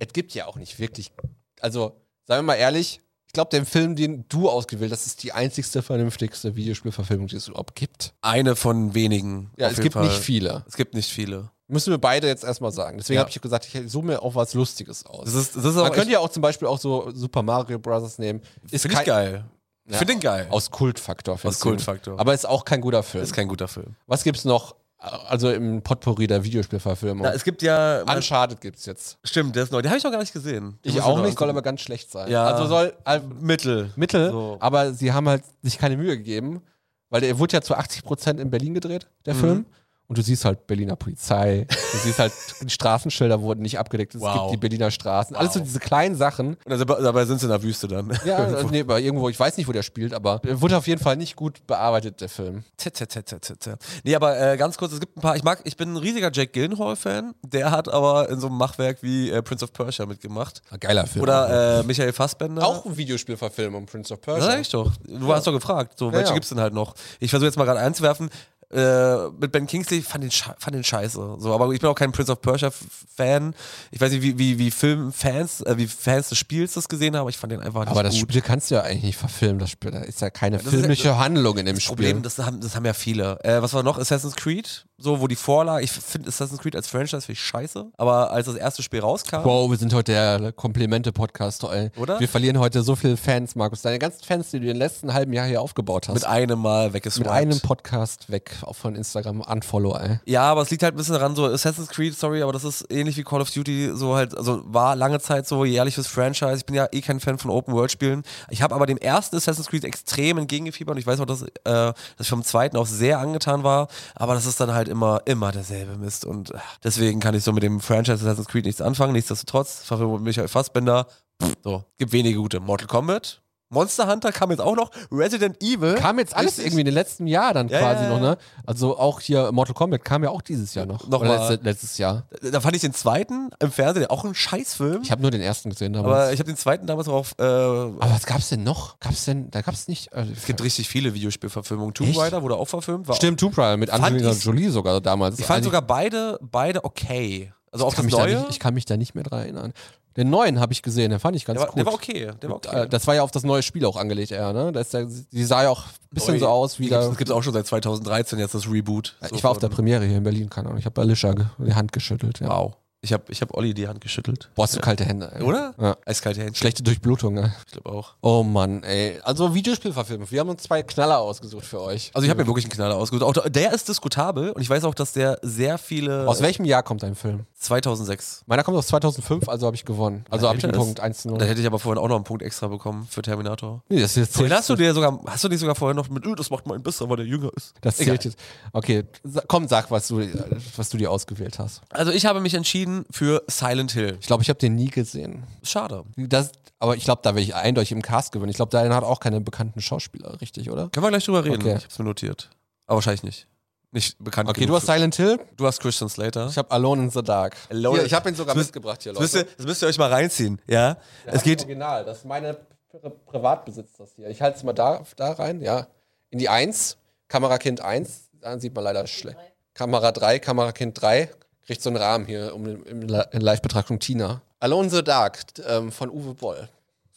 Speaker 2: es gibt ja auch nicht wirklich. Also, seien wir mal ehrlich, ich glaube, den Film, den du ausgewählt hast, ist die einzigste vernünftigste Videospielverfilmung, die es überhaupt gibt.
Speaker 1: Eine von wenigen.
Speaker 2: Ja,
Speaker 1: auf
Speaker 2: es
Speaker 1: jeden
Speaker 2: gibt
Speaker 1: Fall.
Speaker 2: nicht viele.
Speaker 1: Es gibt nicht viele.
Speaker 2: Müssen wir beide jetzt erstmal sagen. Deswegen
Speaker 1: Ja.
Speaker 2: habe ich gesagt, ich suche mir auch was Lustiges aus.
Speaker 1: Das ist, das ist
Speaker 2: Man
Speaker 1: auch
Speaker 2: könnte ja auch zum Beispiel auch so Super Mario Bros. nehmen. Ist
Speaker 1: Finde ich
Speaker 2: kein-
Speaker 1: geil. Ich
Speaker 2: Ja,
Speaker 1: Finde den geil.
Speaker 2: Aus Kultfaktor. findest
Speaker 1: Aus
Speaker 2: du ihn.
Speaker 1: Kultfaktor.
Speaker 2: Aber ist auch kein guter Film.
Speaker 1: ist kein guter Film.
Speaker 2: Was gibt's noch? Also im Potpourri der Videospielverfilmung.
Speaker 1: Na, es gibt ja.
Speaker 2: Uncharted gibt's jetzt.
Speaker 1: stimmt, der ist neu. Den habe ich noch gar nicht gesehen. Den
Speaker 2: Ich
Speaker 1: muss
Speaker 2: auch
Speaker 1: noch
Speaker 2: nicht, soll aber
Speaker 1: angucken.
Speaker 2: ganz schlecht sein.
Speaker 1: Ja.
Speaker 2: Also soll äh,
Speaker 1: Mittel.
Speaker 2: Mittel,
Speaker 1: So.
Speaker 2: aber sie haben halt sich keine Mühe gegeben, weil der wurde ja zu 80 Prozent in Berlin gedreht, der Film. Und du siehst halt Berliner Polizei, du siehst halt, die Straßenschilder wurden nicht abgedeckt, es
Speaker 1: Wow.
Speaker 2: gibt die Berliner Straßen, alles so
Speaker 1: Wow.
Speaker 2: diese kleinen Sachen.
Speaker 1: Und also, dabei sind sie in der Wüste dann.
Speaker 2: Ja, also
Speaker 1: Irgendwo.
Speaker 2: nee, aber irgendwo, ich weiß nicht, wo der spielt, aber er wurde auf jeden Fall nicht gut bearbeitet, der Film.
Speaker 1: Tja, tja, tja, tja, tja, tja. Nee, aber äh, ganz kurz, es gibt ein paar, ich mag, ich bin ein riesiger Jack Gyllenhaal-Fan, der hat aber in so einem Machwerk wie äh, Prince of Persia mitgemacht.
Speaker 2: Geiler Film. Oder
Speaker 1: Oder äh, Michael Fassbender.
Speaker 2: auch ein Videospielverfilmung, Prince of
Speaker 1: Das
Speaker 2: Persia.
Speaker 1: sag ich doch. Du hast doch gefragt, so,
Speaker 2: Ja,
Speaker 1: welche
Speaker 2: ja.
Speaker 1: gibt's denn halt noch? Ich versuche jetzt mal gerade einzuwerfen. Äh, mit Ben Kingsley fand den, scha- fand den scheiße. So, aber ich bin auch kein Prince of Persia-Fan. Ich weiß nicht, wie, wie, wie Filmfans, äh, wie Fans des Spiels das gesehen haben, aber ich fand den einfach nicht
Speaker 2: Aber das
Speaker 1: gut.
Speaker 2: Spiel kannst du ja eigentlich nicht verfilmen, das Spiel. Da ist ja keine
Speaker 1: ist ja-
Speaker 2: filmische Handlung in dem Spiel.
Speaker 1: Problem, das haben, das haben ja viele. Äh, was war noch? Assassin's Creed, so wo die Vorlage, ich finde Assassin's Creed als Franchise finde ich scheiße, aber als das erste Spiel rauskam,
Speaker 2: Wow, wir sind heute der Komplimente-Podcast, ey.
Speaker 1: Oder?
Speaker 2: Wir verlieren heute so viele Fans, Markus. Deine ganzen Fans, die du den letzten halben Jahr hier aufgebaut hast.
Speaker 1: mit einem Mal
Speaker 2: Mit
Speaker 1: weggeswiped.
Speaker 2: einem Podcast weg auch von Instagram, unfollow, ey.
Speaker 1: ja, aber es liegt halt ein bisschen daran, so Assassin's Creed, sorry, aber das ist ähnlich wie Call of Duty, so halt, also war lange Zeit so jährliches Franchise. Ich bin ja eh kein Fan von Open-World-Spielen. Ich habe aber dem ersten Assassin's Creed extrem entgegengefiebert und ich weiß auch, dass, äh, dass ich vom zweiten auch sehr angetan war, aber das ist dann halt immer, immer derselbe Mist und äh, deswegen kann ich so mit dem Franchise Assassin's Creed nichts anfangen. Nichtsdestotrotz, Verfilmung mit Michael Fassbender, pff, so, gibt wenige gute. Mortal Kombat, Monster Hunter kam jetzt auch noch, Resident Evil.
Speaker 2: Kam jetzt alles
Speaker 1: Richtig.
Speaker 2: irgendwie in den letzten Jahr dann
Speaker 1: Ja,
Speaker 2: quasi
Speaker 1: ja, ja.
Speaker 2: noch, ne? Also auch hier Mortal Kombat kam ja auch dieses Jahr noch.
Speaker 1: Noch
Speaker 2: Oder
Speaker 1: mal.
Speaker 2: letzte, letztes Jahr.
Speaker 1: Da fand ich den zweiten im Fernsehen auch ein Scheißfilm.
Speaker 2: Ich habe nur den ersten gesehen damals.
Speaker 1: aber ich habe den zweiten damals auch auf. Äh,
Speaker 2: Aber was gab's denn noch? Gab's denn, da gab's nicht. Also,
Speaker 1: es gibt richtig viele Videospielverfilmungen. Tomb
Speaker 2: Echt?
Speaker 1: Rider wurde auch verfilmt. War
Speaker 2: Stimmt, Tomb Raider mit
Speaker 1: Fand
Speaker 2: Angelina
Speaker 1: ich-
Speaker 2: Jolie sogar damals.
Speaker 1: Auch, ich fand
Speaker 2: Also,
Speaker 1: sogar beide, beide okay. Also auch
Speaker 2: kann
Speaker 1: das
Speaker 2: mich da
Speaker 1: neue.
Speaker 2: nicht, ich kann mich da nicht mehr dran erinnern. Den neuen habe ich gesehen, den fand ich ganz
Speaker 1: der, war,
Speaker 2: gut.
Speaker 1: der war okay. Der war okay.
Speaker 2: Äh, Das war ja auf das neue Spiel auch angelegt, eher, ne? Da ist der, die sah ja auch ein bisschen
Speaker 1: Neu.
Speaker 2: so aus wie
Speaker 1: Die
Speaker 2: da.
Speaker 1: gibt's- Das gibt es auch schon seit 2013, jetzt das Reboot. So
Speaker 2: ich war auf der
Speaker 1: von-
Speaker 2: Premiere hier in Berlin, keine Ahnung. Ich habe Alicia ge- die Hand geschüttelt. Ja.
Speaker 1: Wow. Ich habe ich hab Olli die Hand geschüttelt.
Speaker 2: Boah, hast du kalte Hände, ey.
Speaker 1: Oder?
Speaker 2: Ja.
Speaker 1: Eiskalte Hände.
Speaker 2: Schlechte Durchblutung, ne?
Speaker 1: ich glaube auch.
Speaker 2: Oh Mann, ey. Also Videospielverfilmung. Wir haben uns zwei Knaller ausgesucht für euch.
Speaker 1: Also ich habe mir wirklich einen Knaller ausgesucht. Auch der ist diskutabel und ich weiß auch, dass der sehr viele.
Speaker 2: Aus welchem Jahr kommt dein Film?
Speaker 1: 2006.
Speaker 2: Meiner kommt aus 2005, also habe ich gewonnen. Also habe ich einen
Speaker 1: Alter, das-
Speaker 2: Punkt 1 zu
Speaker 1: Da
Speaker 2: 0.
Speaker 1: hätte ich aber vorhin auch noch einen Punkt extra bekommen für Terminator.
Speaker 2: Nee, das ist
Speaker 1: Vorhin hast du dir sogar, hast du dich sogar vorher noch mit, "Ö, das macht meinen besser, weil der jünger ist.
Speaker 2: Das
Speaker 1: Egal.
Speaker 2: zählt jetzt. Okay, sa- komm, sag, was du, äh, was du dir ausgewählt hast.
Speaker 1: Also ich habe mich entschieden für Silent Hill.
Speaker 2: Ich glaube, ich habe den nie gesehen.
Speaker 1: Schade.
Speaker 2: Das, aber ich glaube, da werde ich eindeutig im Cast gewinnen. Ich glaube, da hat auch keine bekannten Schauspieler, richtig, oder?
Speaker 1: Können wir gleich drüber reden.
Speaker 2: Okay.
Speaker 1: Ich hab's mir notiert. Aber wahrscheinlich nicht. Nicht bekannt.
Speaker 2: Okay,
Speaker 1: genug
Speaker 2: du hast
Speaker 1: für-
Speaker 2: Silent Hill,
Speaker 1: du hast Christian Slater.
Speaker 2: ich habe Alone in the Dark.
Speaker 1: Alone-
Speaker 2: Hier, ich habe ihn sogar
Speaker 1: Das müsst-
Speaker 2: mitgebracht hier,
Speaker 1: Das müsst, ihr,
Speaker 2: Leute.
Speaker 1: das müsst ihr euch mal reinziehen, ja? es geht.
Speaker 2: Original, das ist meine Pri Privatbesitz, das hier. Ich halte es mal da, da rein, ja. In die 1, Kamerakind 1, dann sieht man leider schlecht. Kamera 3, Kamerakind 3, kriegt so einen Rahmen hier um den, im La- in Live-Betrachtung Tina. Alone in the Dark ähm, von Uwe Boll.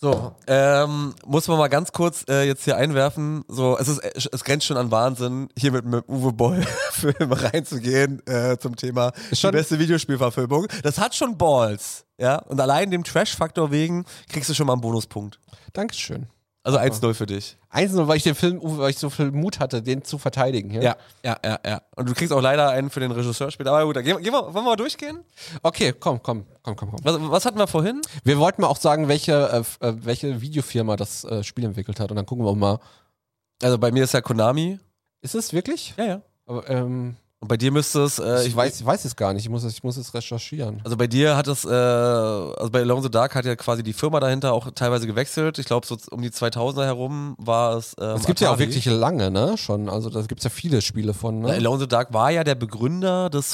Speaker 1: So, ähm, muss man mal ganz kurz äh, jetzt hier einwerfen. So, es, ist, äh, es grenzt schon an Wahnsinn, hier mit, mit Uwe Boll-Film reinzugehen äh, zum Thema
Speaker 2: schon-
Speaker 1: die beste Videospielverfilmung. Das hat schon Balls, ja? Und allein dem Trash-Faktor wegen kriegst du schon mal einen Bonuspunkt.
Speaker 2: Dankeschön.
Speaker 1: Also 1-0 für dich.
Speaker 2: Eins nur, weil ich den Film, weil ich so viel Mut hatte, den zu verteidigen hier.
Speaker 1: ja, ja, ja. Und du kriegst auch leider einen für den Regisseur später. Aber gut, dann gehen, gehen wir, wollen wir mal durchgehen?
Speaker 2: Okay, komm, komm, komm, komm, komm.
Speaker 1: Was, was hatten wir vorhin?
Speaker 2: Wir wollten mal auch sagen, welche, äh, f- äh, welche Videofirma das äh, Spiel entwickelt hat. Und dann gucken wir mal.
Speaker 1: Also bei mir ist ja Konami.
Speaker 2: Ist es wirklich?
Speaker 1: Ja, ja.
Speaker 2: Aber, ähm,
Speaker 1: Und bei dir müsste es, äh,
Speaker 2: ich, weiß, ich weiß es gar nicht. Ich muss, es- ich muss es recherchieren.
Speaker 1: Also bei dir hat es, äh, also bei Alone in the Dark hat ja quasi die Firma dahinter auch teilweise gewechselt. Ich glaube, so z- um die 2000er herum war es. Ähm,
Speaker 2: Es gibt ja auch
Speaker 1: Atari.
Speaker 2: wirklich lange, ne? Schon. Also da gibt es ja viele Spiele von.
Speaker 1: Na,
Speaker 2: Ne?
Speaker 1: Alone in the Dark war ja der Begründer des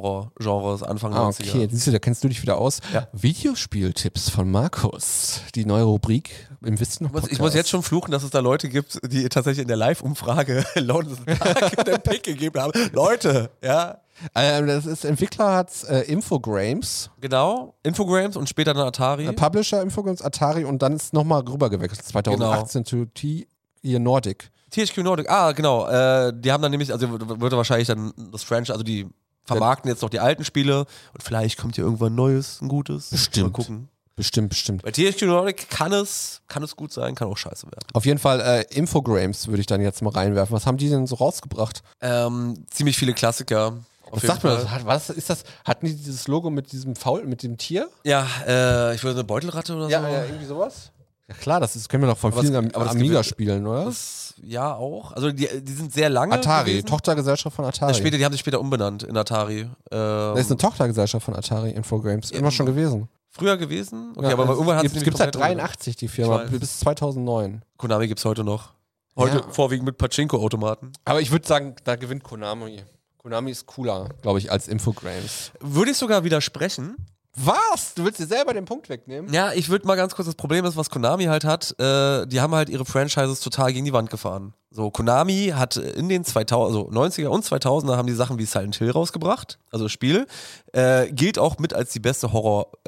Speaker 1: Survival-Horror-Genres Anfang
Speaker 2: Ah,
Speaker 1: 90er.
Speaker 2: okay. Siehst du, da kennst du dich wieder aus.
Speaker 1: Ja.
Speaker 2: Videospieltipps von Markus. Die neue Rubrik im Wissen.
Speaker 1: Ich muss- Ich muss jetzt schon fluchen, dass es da Leute gibt, die tatsächlich in der Live-Umfrage Alone in the Dark den Pick gegeben haben. Leute, ja,
Speaker 2: Ähm, das ist Entwickler hat äh, Infogrames,
Speaker 1: genau. Infogrames und später dann Atari.
Speaker 2: äh, Publisher Infogrames, Atari und dann ist nochmal rübergewechselt 2018 zu
Speaker 1: Genau.
Speaker 2: T hier Nordic.
Speaker 1: THQ Nordic, ah, genau. Äh, die haben dann nämlich, also w- wird wahrscheinlich dann das Franchise, also die vermarkten jetzt noch die alten Spiele und vielleicht kommt hier irgendwann Neues, ein gutes. Mal
Speaker 2: Bestimmt.
Speaker 1: gucken.
Speaker 2: Bestimmt, bestimmt.
Speaker 1: Bei THQ Nordic kann es, kann es gut sein, kann auch scheiße werden.
Speaker 2: Auf jeden Fall äh, Infogrames würde ich dann jetzt mal reinwerfen. Was haben die denn so rausgebracht?
Speaker 1: Ähm, ziemlich viele Klassiker. Auf
Speaker 2: Was
Speaker 1: jeden
Speaker 2: sagt man?
Speaker 1: Fall.
Speaker 2: das? Hat, was ist das? Hatten die dieses Logo mit diesem Faul, mit dem Tier?
Speaker 1: Ja, äh, ich würde eine Beutelratte oder so.
Speaker 2: irgendwie sowas. Ja klar, das ist, können wir doch von
Speaker 1: Aber
Speaker 2: vielen
Speaker 1: es-
Speaker 2: Am
Speaker 1: aber es
Speaker 2: Amiga
Speaker 1: gibt-
Speaker 2: spielen, oder?
Speaker 1: Das, ja, auch. Also die, die sind sehr lange.
Speaker 2: Atari,
Speaker 1: gewesen.
Speaker 2: Tochtergesellschaft von Atari.
Speaker 1: Später, die haben sich später umbenannt in Atari. Ähm,
Speaker 2: das ist eine Tochtergesellschaft von Atari Infogrames. Immer
Speaker 1: Ja.
Speaker 2: schon gewesen.
Speaker 1: früher gewesen. Okay,
Speaker 2: Ja,
Speaker 1: aber
Speaker 2: es
Speaker 1: irgendwann hat
Speaker 2: gibt- es gibt seit 83 die Firma
Speaker 1: Ich weiß.
Speaker 2: bis 2009.
Speaker 1: Konami gibt es heute noch. Heute
Speaker 2: Ja.
Speaker 1: vorwiegend mit Pachinko-Automaten.
Speaker 2: Aber ich würde sagen, da gewinnt Konami. Konami ist cooler, glaube ich, als Infogrames.
Speaker 1: Würde ich sogar widersprechen.
Speaker 2: Was? Du willst dir selber den Punkt wegnehmen?
Speaker 1: Ja, ich würde mal ganz kurz, das Problem ist, was Konami halt hat, äh, die haben halt ihre Franchises total gegen die Wand gefahren. So, Konami hat in den 2000, also 90er und 2000er haben die Sachen wie Silent Hill rausgebracht, also das Spiel. Äh, gilt auch mit als die beste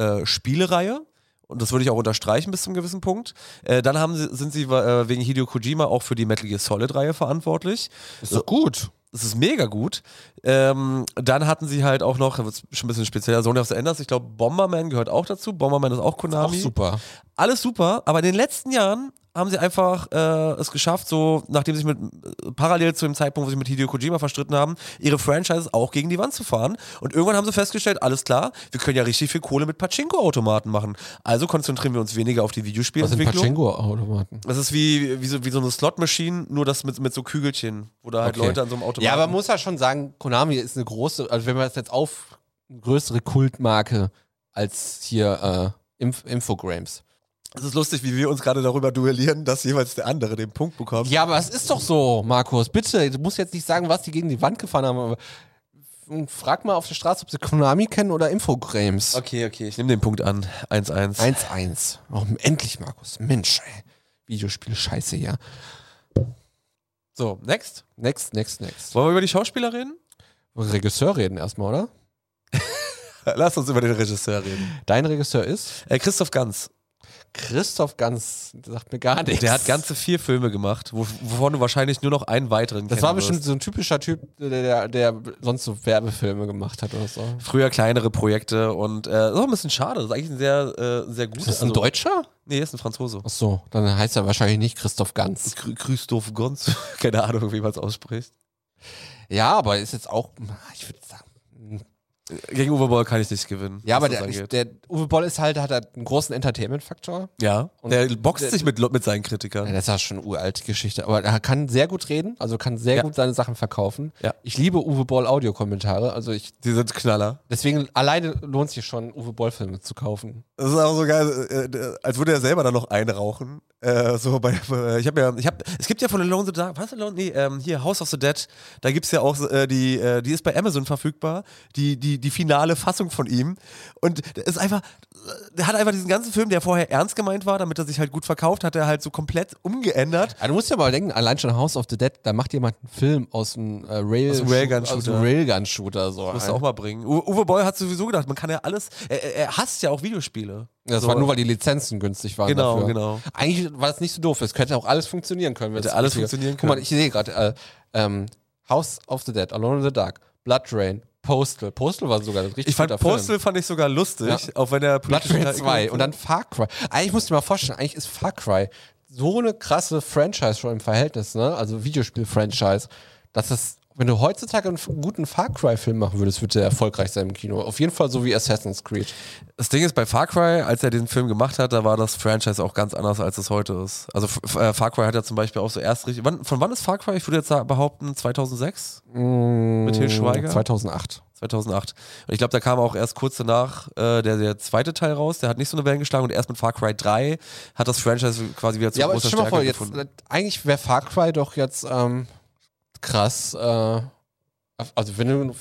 Speaker 1: Horror-Spielereihe. Und das würde ich auch unterstreichen bis zum gewissen Punkt. Äh, dann haben sie, sind sie äh, wegen Hideo Kojima auch für die Metal Gear Solid-Reihe verantwortlich.
Speaker 2: Ist doch gut.
Speaker 1: Das ist mega gut. Ähm, dann hatten sie halt auch noch, da wird's schon ein bisschen spezieller, Sony of the Enders. Ich glaube, Bomberman gehört auch dazu. Bomberman ist auch
Speaker 2: Auch
Speaker 1: Konami.
Speaker 2: super.
Speaker 1: Alles super, aber in den letzten Jahren haben sie einfach äh, es geschafft, so nachdem sie sich mit äh, parallel zu dem Zeitpunkt, wo sie mit Hideo Kojima verstritten haben, ihre Franchises auch gegen die Wand zu fahren. Und irgendwann haben sie festgestellt, alles klar, wir können ja richtig viel Kohle mit Pachinko-Automaten machen. Also konzentrieren wir uns weniger auf die
Speaker 2: Was sind
Speaker 1: Videospielentwicklung.
Speaker 2: Pachinko-Automaten?
Speaker 1: Das ist wie, wie, so, wie so eine Slot-Machine, nur das mit, mit so Kügelchen, wo da halt Leute an so einem Automaten.
Speaker 2: Ja, aber man muss ja schon sagen, Konami ist eine große, also wenn man das jetzt auf eine größere Kultmarke als hier äh, Inf Infogrames.
Speaker 1: Es ist lustig, wie wir uns gerade darüber duellieren, dass jeweils der andere den Punkt bekommt.
Speaker 2: Ja, aber es ist doch so, Markus. Bitte, du musst jetzt nicht sagen, was die gegen die Wand gefahren haben. Aber frag mal auf der Straße, ob sie Konami kennen oder Infogrames.
Speaker 1: Okay, okay, ich nehme den Punkt an. 1-1.
Speaker 2: 1-1. Oh, endlich, Markus. Mensch, ey. Videospiele, scheiße, ja.
Speaker 1: So, next.
Speaker 2: Next, next, next.
Speaker 1: Wollen wir über die Schauspieler reden?
Speaker 2: Regisseur reden erstmal, oder?
Speaker 1: Lass uns über den Regisseur reden.
Speaker 2: Dein Regisseur ist
Speaker 1: Äh, Christoph Ganz.
Speaker 2: Christoph Ganz. Das sagt mir gar nichts.
Speaker 1: Der hat ganze vier Filme gemacht, wo- wovon du wahrscheinlich nur noch einen weiteren
Speaker 2: Das
Speaker 1: kennen
Speaker 2: war bestimmt
Speaker 1: wirst.
Speaker 2: so ein typischer Typ, der, der, der sonst so Werbefilme gemacht hat oder so.
Speaker 1: Früher kleinere Projekte und äh, ist auch ein bisschen schade. Das ist eigentlich ein sehr, äh, sehr guter. also,
Speaker 2: Deutscher?
Speaker 1: Nee, ist ein Franzose.
Speaker 2: Ach so, dann heißt er wahrscheinlich nicht Christoph Ganz.
Speaker 1: Gr- Christoph Ganz. Keine Ahnung, wie man es ausspricht.
Speaker 2: Ja, aber ist jetzt auch, ich würde ah, sagen,
Speaker 1: Gegen Uwe Boll kann ich nicht gewinnen.
Speaker 2: Ja,
Speaker 1: was
Speaker 2: aber
Speaker 1: das
Speaker 2: der,
Speaker 1: angeht.
Speaker 2: der Uwe Boll ist halt, hat halt einen großen Entertainment-Faktor.
Speaker 1: ja, der boxt
Speaker 2: der-
Speaker 1: sich mit, Lo- mit seinen
Speaker 2: Ja,
Speaker 1: Kritikern.
Speaker 2: das ist ja schon eine uralte Geschichte. Aber er kann sehr gut reden, also kann sehr
Speaker 1: Ja.
Speaker 2: gut seine Sachen verkaufen.
Speaker 1: Ja.
Speaker 2: Ich liebe Uwe Boll Audiokommentare. Also ich,
Speaker 1: Die sind Knaller.
Speaker 2: deswegen alleine lohnt sich schon, Uwe Boll Filme zu kaufen.
Speaker 1: Das ist auch so geil, äh, als würde er selber da noch einrauchen. Äh, so bei, äh, ich habe ja, ich hab, es gibt ja von Alone in the Dark, was Alone? Nee, ähm, hier House of the Dead. Da gibt's ja auch so, äh, die, äh, die ist bei Amazon verfügbar, die, die, die finale Fassung von ihm. Und der ist einfach, der hat einfach diesen ganzen Film, der vorher ernst gemeint war, damit er sich halt gut verkauft, hat er halt so komplett umgeändert.
Speaker 2: Ja, Ah, du musst ja mal denken, allein schon House of the Dead, da macht jemand einen Film aus einem äh, Rail
Speaker 1: Aus dem Railgun-Shooter.
Speaker 2: aus dem Railgun-Shooter so.
Speaker 1: Musst du auch mal bringen. U Uwe Boll hat sowieso gedacht, man kann ja alles, er, er- er hasst ja auch Videospiele.
Speaker 2: das
Speaker 1: so,
Speaker 2: war nur, weil die Lizenzen günstig waren.
Speaker 1: Genau,
Speaker 2: dafür.
Speaker 1: genau.
Speaker 2: Eigentlich war das nicht so doof. Es könnte auch alles funktionieren können. wenn
Speaker 1: Hätte
Speaker 2: es
Speaker 1: alles
Speaker 2: richtige-
Speaker 1: funktionieren
Speaker 2: Guck mal,
Speaker 1: können.
Speaker 2: ich sehe gerade äh, ähm, House of the Dead, Alone in the Dark, Blood Rain, Postal. Postal war sogar ein richtig
Speaker 1: Ich fand
Speaker 2: guter
Speaker 1: Postal
Speaker 2: Film.
Speaker 1: fand ich sogar lustig,
Speaker 2: Ja.
Speaker 1: auch wenn er
Speaker 2: Blood
Speaker 1: politisch halt
Speaker 2: Rain
Speaker 1: da-
Speaker 2: 2 und dann Far Cry. Eigentlich musst du dir mal vorstellen, eigentlich ist Far Cry so eine krasse Franchise schon im Verhältnis, ne? Also Videospiel-Franchise, dass das, wenn du heutzutage einen f- guten Far Cry-Film machen würdest, würde der erfolgreich sein im Kino. Auf jeden Fall so wie Assassin's Creed.
Speaker 1: Das Ding ist, bei Far Cry, als er den Film gemacht hat, da war das Franchise auch ganz anders, als es heute ist. Also F- F- äh, Far Cry hat ja zum Beispiel auch so erst richtig. Wann, von wann ist Far Cry? Ich würde jetzt sa- behaupten 2006,
Speaker 2: Mit
Speaker 1: Til Schweiger?
Speaker 2: 2008.
Speaker 1: 2008. Und ich glaube, da kam auch erst kurz danach äh, der, der zweite Teil raus. Der hat nicht so eine Welle geschlagen und erst mit Far Cry 3 hat das Franchise quasi wieder zu
Speaker 2: Ja, aber
Speaker 1: großer
Speaker 2: stell dir mal
Speaker 1: Stärke
Speaker 2: vor, jetzt,
Speaker 1: gefunden.
Speaker 2: äh, eigentlich wäre Far Cry doch jetzt ähm, krass. Äh, also, wenn du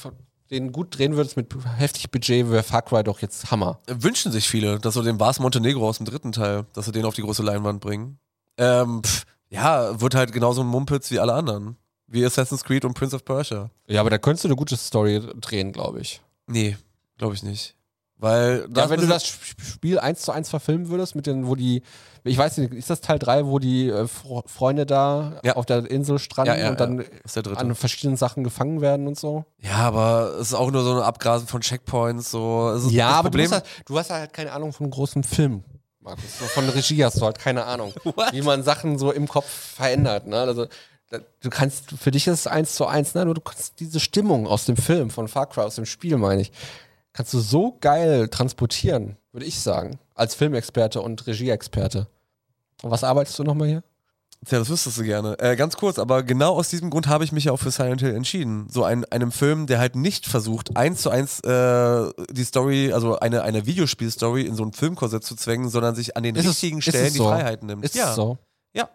Speaker 2: den gut drehen würdest mit heftig Budget, wäre Far Cry doch jetzt Hammer.
Speaker 1: Wünschen sich viele, dass sie den Vars Montenegro aus dem dritten Teil, dass sie den auf die große Leinwand bringen. Ähm, pff, ja, wird halt genauso ein Mumpitz wie alle anderen. Wie Assassin's Creed und Prince of Persia.
Speaker 2: Ja, aber da könntest du eine gute Story drehen, glaube ich.
Speaker 1: Nee, glaube ich nicht. Weil
Speaker 2: Ja, wenn du das Sp- Spiel eins zu eins verfilmen würdest, mit den, wo die, ich weiß nicht, ist das Teil 3, wo die äh, Fro- Freunde da
Speaker 1: Ja.
Speaker 2: auf der Insel stranden
Speaker 1: Ja, ja,
Speaker 2: und dann
Speaker 1: ja. ist der dritte.
Speaker 2: an verschiedenen Sachen gefangen werden und so?
Speaker 1: ja, aber es ist auch nur so ein Abgrasen von Checkpoints. So. Es ist das Problem,
Speaker 2: du, musst halt, du hast halt keine Ahnung von großen Filmen. Markus, So von Regie hast du halt keine Ahnung,
Speaker 1: What?
Speaker 2: wie man Sachen so im Kopf verändert. Ne? Also, da- du kannst, für dich ist es eins zu eins, ne? nur du kannst diese Stimmung aus dem Film, von Far Cry, aus dem Spiel, meine ich, kannst du so geil transportieren, würde ich sagen, als Filmexperte und Regieexperte. Und was arbeitest du nochmal hier?
Speaker 1: Tja, das wüsstest du gerne. Äh, ganz kurz, aber genau aus diesem Grund habe ich mich ja auch für Silent Hill entschieden. So ein, einem Film, der halt nicht versucht, eins zu eins äh, die Story, also eine, eine Videospiel-Story in so ein Filmkorsett zu zwängen, sondern sich an den richtigen Stellen
Speaker 2: es
Speaker 1: die
Speaker 2: so?
Speaker 1: Freiheiten nimmt.
Speaker 2: Ist
Speaker 1: ja,
Speaker 2: es so?
Speaker 1: Ja.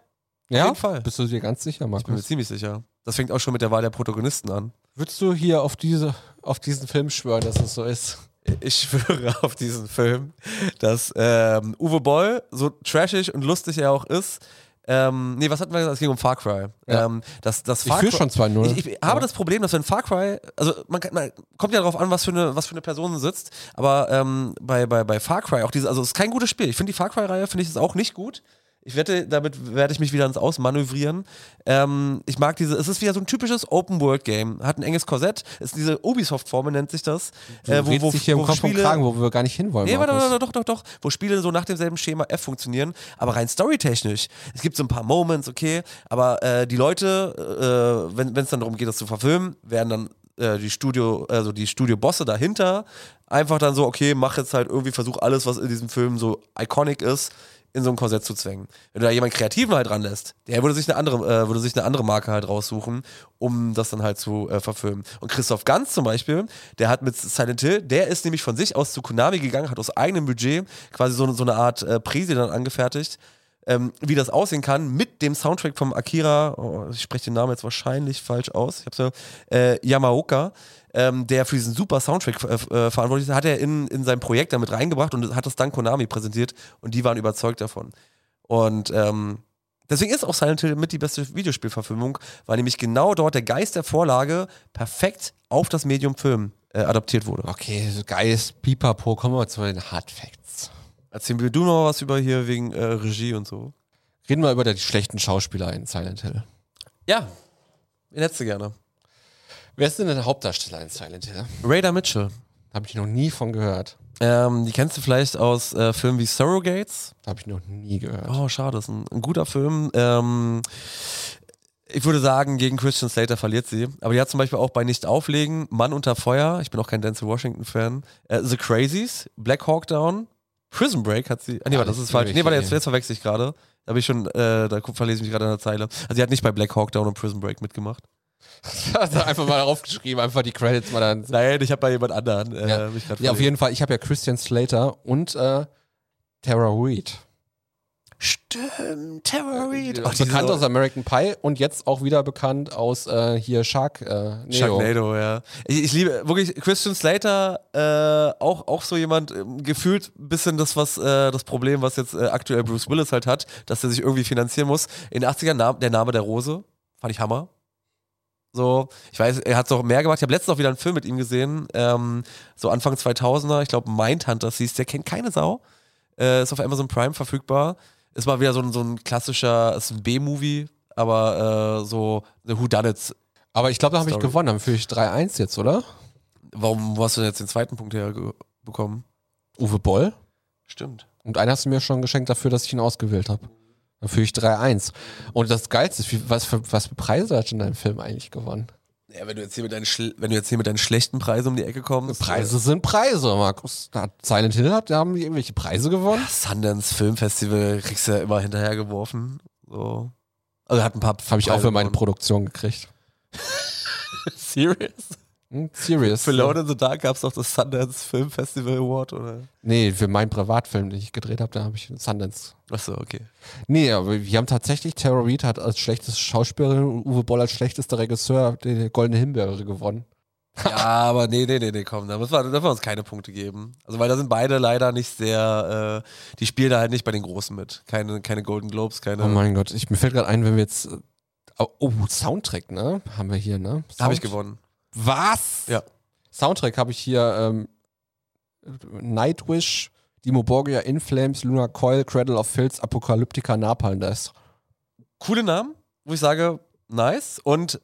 Speaker 2: Ja?
Speaker 1: jeden Fall.
Speaker 2: Bist du dir ganz sicher,
Speaker 1: ich bin mir
Speaker 2: Markus?
Speaker 1: ziemlich sicher. Das fängt auch schon mit der Wahl der Protagonisten an.
Speaker 2: Würdest du hier auf, diese, auf diesen Film schwören, dass es so ist?
Speaker 1: Ich schwöre auf diesen Film, dass ähm, Uwe Boll, so trashig und lustig er auch ist, ähm, nee, was hatten wir gesagt? Es ging um Far Cry.
Speaker 2: Ja.
Speaker 1: Ähm, das, das
Speaker 2: Ich
Speaker 1: Far
Speaker 2: führe
Speaker 1: Cry-
Speaker 2: schon 2-0.
Speaker 1: Ich, ich habe das Problem, dass wenn Far Cry, also man, kann, man kommt ja darauf an, was für eine, was für eine Person sitzt, aber ähm, bei, bei, bei Far Cry auch diese, also es ist kein gutes Spiel. Ich finde die Far Cry-Reihe finde ich ist auch nicht gut. Ich wette, damit werde ich mich wieder ins Ausmanövrieren. Ähm, ich mag diese, es ist wieder so ein typisches Open-World-Game. Hat ein enges Korsett, ist diese Ubisoft-Formel nennt sich das.
Speaker 2: Du redest dich hier im Kopf und Kragen, Äh, wo wir gar nicht hinwollen.
Speaker 1: Nee, warte,
Speaker 2: Markus.
Speaker 1: warte, doch, doch, doch. Wo Spiele so nach demselben Schema F funktionieren, aber rein storytechnisch. Es gibt so ein paar Moments, okay, aber äh, die Leute, äh, wenn es dann darum geht, das zu verfilmen, werden dann äh, die Studio, also die Studio-Bosse dahinter einfach dann so, okay, mach jetzt halt irgendwie, versuch alles, was in diesem Film so iconic ist, in so ein Korsett zu zwängen. Wenn du da jemanden Kreativen halt ranlässt, der würde sich eine andere, äh, würde sich eine andere Marke halt raussuchen, um das dann halt zu äh, verfilmen. Und Christoph Ganz zum Beispiel, der hat mit Silent Hill, der ist nämlich von sich aus zu Konami gegangen, hat aus eigenem Budget quasi so, so eine Art äh, Präsi dann angefertigt, ähm, wie das aussehen kann mit dem Soundtrack vom Akira, oh, ich spreche den Namen jetzt wahrscheinlich falsch aus, ich hab's ja, äh, Yamaoka, ähm, der für diesen super Soundtrack äh, äh, verantwortlich ist, hat er in, in sein Projekt damit reingebracht und hat das dann Konami präsentiert und die waren überzeugt davon. Und ähm, deswegen ist auch Silent Hill mit die beste Videospielverfilmung, weil nämlich genau dort der Geist der Vorlage perfekt auf das Medium Film äh, adaptiert wurde.
Speaker 2: Okay, so geiles Pipapo. Kommen wir mal zu den Hard Facts.
Speaker 1: Erzähl mir du noch was über hier wegen äh, Regie und so.
Speaker 2: Reden wir über die schlechten Schauspieler in Silent Hill.
Speaker 1: Ja, letzte gerne.
Speaker 2: Wer ist denn der Hauptdarsteller in Silent Hill?
Speaker 1: Raider Mitchell.
Speaker 2: Habe ich noch nie von gehört.
Speaker 1: Ähm, die kennst du vielleicht aus äh, Filmen wie Surrogates.
Speaker 2: Habe ich noch nie gehört.
Speaker 1: Oh, schade, ist ein, ein guter Film. Ähm, Ich würde sagen, gegen Christian Slater verliert sie. Aber die hat zum Beispiel auch bei Nicht Auflegen, Mann unter Feuer, ich bin auch kein Denzel Washington-Fan, äh, The Crazies, Black Hawk Down, Prison Break hat sie. Ah, nee, warte, das
Speaker 2: Alles
Speaker 1: ist falsch. Nee, warte, jetzt,
Speaker 2: Mögliche.
Speaker 1: jetzt verwechsel ich gerade. Da bin ich schon, äh, da gu- verlese ich mich gerade in der Zeile. Also sie hat nicht bei Black Hawk Down und Prison Break mitgemacht.
Speaker 2: Hast du einfach mal darauf geschrieben, einfach die Credits mal dann.
Speaker 1: Nein, ich habe bei jemand anderen äh,
Speaker 2: Ja.
Speaker 1: mich gerade
Speaker 2: Ja, auf jeden Fall, ich habe ja Christian Slater und äh, Tara Reid.
Speaker 1: Stimmt, Terrorid.
Speaker 2: Äh, bekannt aus American Pie und jetzt auch wieder bekannt aus äh, hier Shark äh, Neo.
Speaker 1: Sharknado, ja. Ich, ich liebe wirklich Christian Slater, äh, auch, auch so jemand, ähm, gefühlt ein bisschen das, was, äh, das Problem, was jetzt äh, aktuell Bruce Willis halt hat, dass er sich irgendwie finanzieren muss. In den 80ern nahm, der Name der Rose, fand ich Hammer. So, ich weiß, er hat auch mehr gemacht. Ich habe letztens auch wieder einen Film mit ihm gesehen, ähm, so Anfang 2000er, ich glaube Mindhunters hieß, der kennt keine Sau. Äh, ist auf Amazon Prime verfügbar. Ist mal wieder so ein, so ein klassischer, ist ein B-Movie, aber äh, so eine Whodunits
Speaker 2: Aber ich glaube, da habe ich
Speaker 1: Sorry.
Speaker 2: gewonnen. Dann führe ich 3-1 jetzt, oder?
Speaker 1: Warum wo hast du denn jetzt den zweiten Punkt herbekommen?
Speaker 2: Uwe Boll.
Speaker 1: Stimmt.
Speaker 2: Und einen hast du mir schon geschenkt dafür, dass ich ihn ausgewählt habe. Dann führe ich 3-1. Und das Geilste ist, wie, was, für, was für Preise hat schon dein Film eigentlich gewonnen?
Speaker 1: Ja, wenn du jetzt hier mit deinen, schl- wenn du jetzt hier mit deinen schlechten Preisen um die Ecke kommst.
Speaker 2: Preise sind Preise, Markus. Da hat Silent Hill hat, da haben die irgendwelche Preise gewonnen.
Speaker 1: Äh, Sundance Filmfestival kriegst du ja immer hinterhergeworfen. So. Also hat ein paar.
Speaker 2: Habe ich auch für meine
Speaker 1: Preise
Speaker 2: Produktion gekriegt.
Speaker 1: gewonnen. Serious?
Speaker 2: Hm, serious.
Speaker 1: Für Lone in the Dark gab es doch das Sundance Filmfestival Award, oder?
Speaker 2: Nee, für meinen Privatfilm, den ich gedreht habe, da habe ich Sundance.
Speaker 1: Achso, okay.
Speaker 2: Nee, aber wir haben tatsächlich, Tara Reid hat als schlechteste Schauspielerin und Uwe Boll als schlechtester Regisseur den Goldene Himbeere gewonnen.
Speaker 1: Ja, aber nee, nee, nee, nee, komm, da müssen wir, da dürfen wir uns keine Punkte geben. Also, weil da sind beide leider nicht sehr, äh, die spielen da halt nicht bei den Großen mit. Keine, keine Golden Globes, keine.
Speaker 2: Oh mein Gott, ich, mir fällt gerade ein, wenn wir jetzt. äh, Oh, oh, Soundtrack, ne? Haben wir hier, ne? Sound
Speaker 1: Habe ich gewonnen.
Speaker 2: Was?
Speaker 1: Ja.
Speaker 2: Soundtrack habe ich hier ähm, Nightwish, Dimo Borgia, In Flames, Luna Coil, Cradle of Filth, Apocalyptica, Napalm Death.
Speaker 1: coole Namen, wo ich sage, nice. Und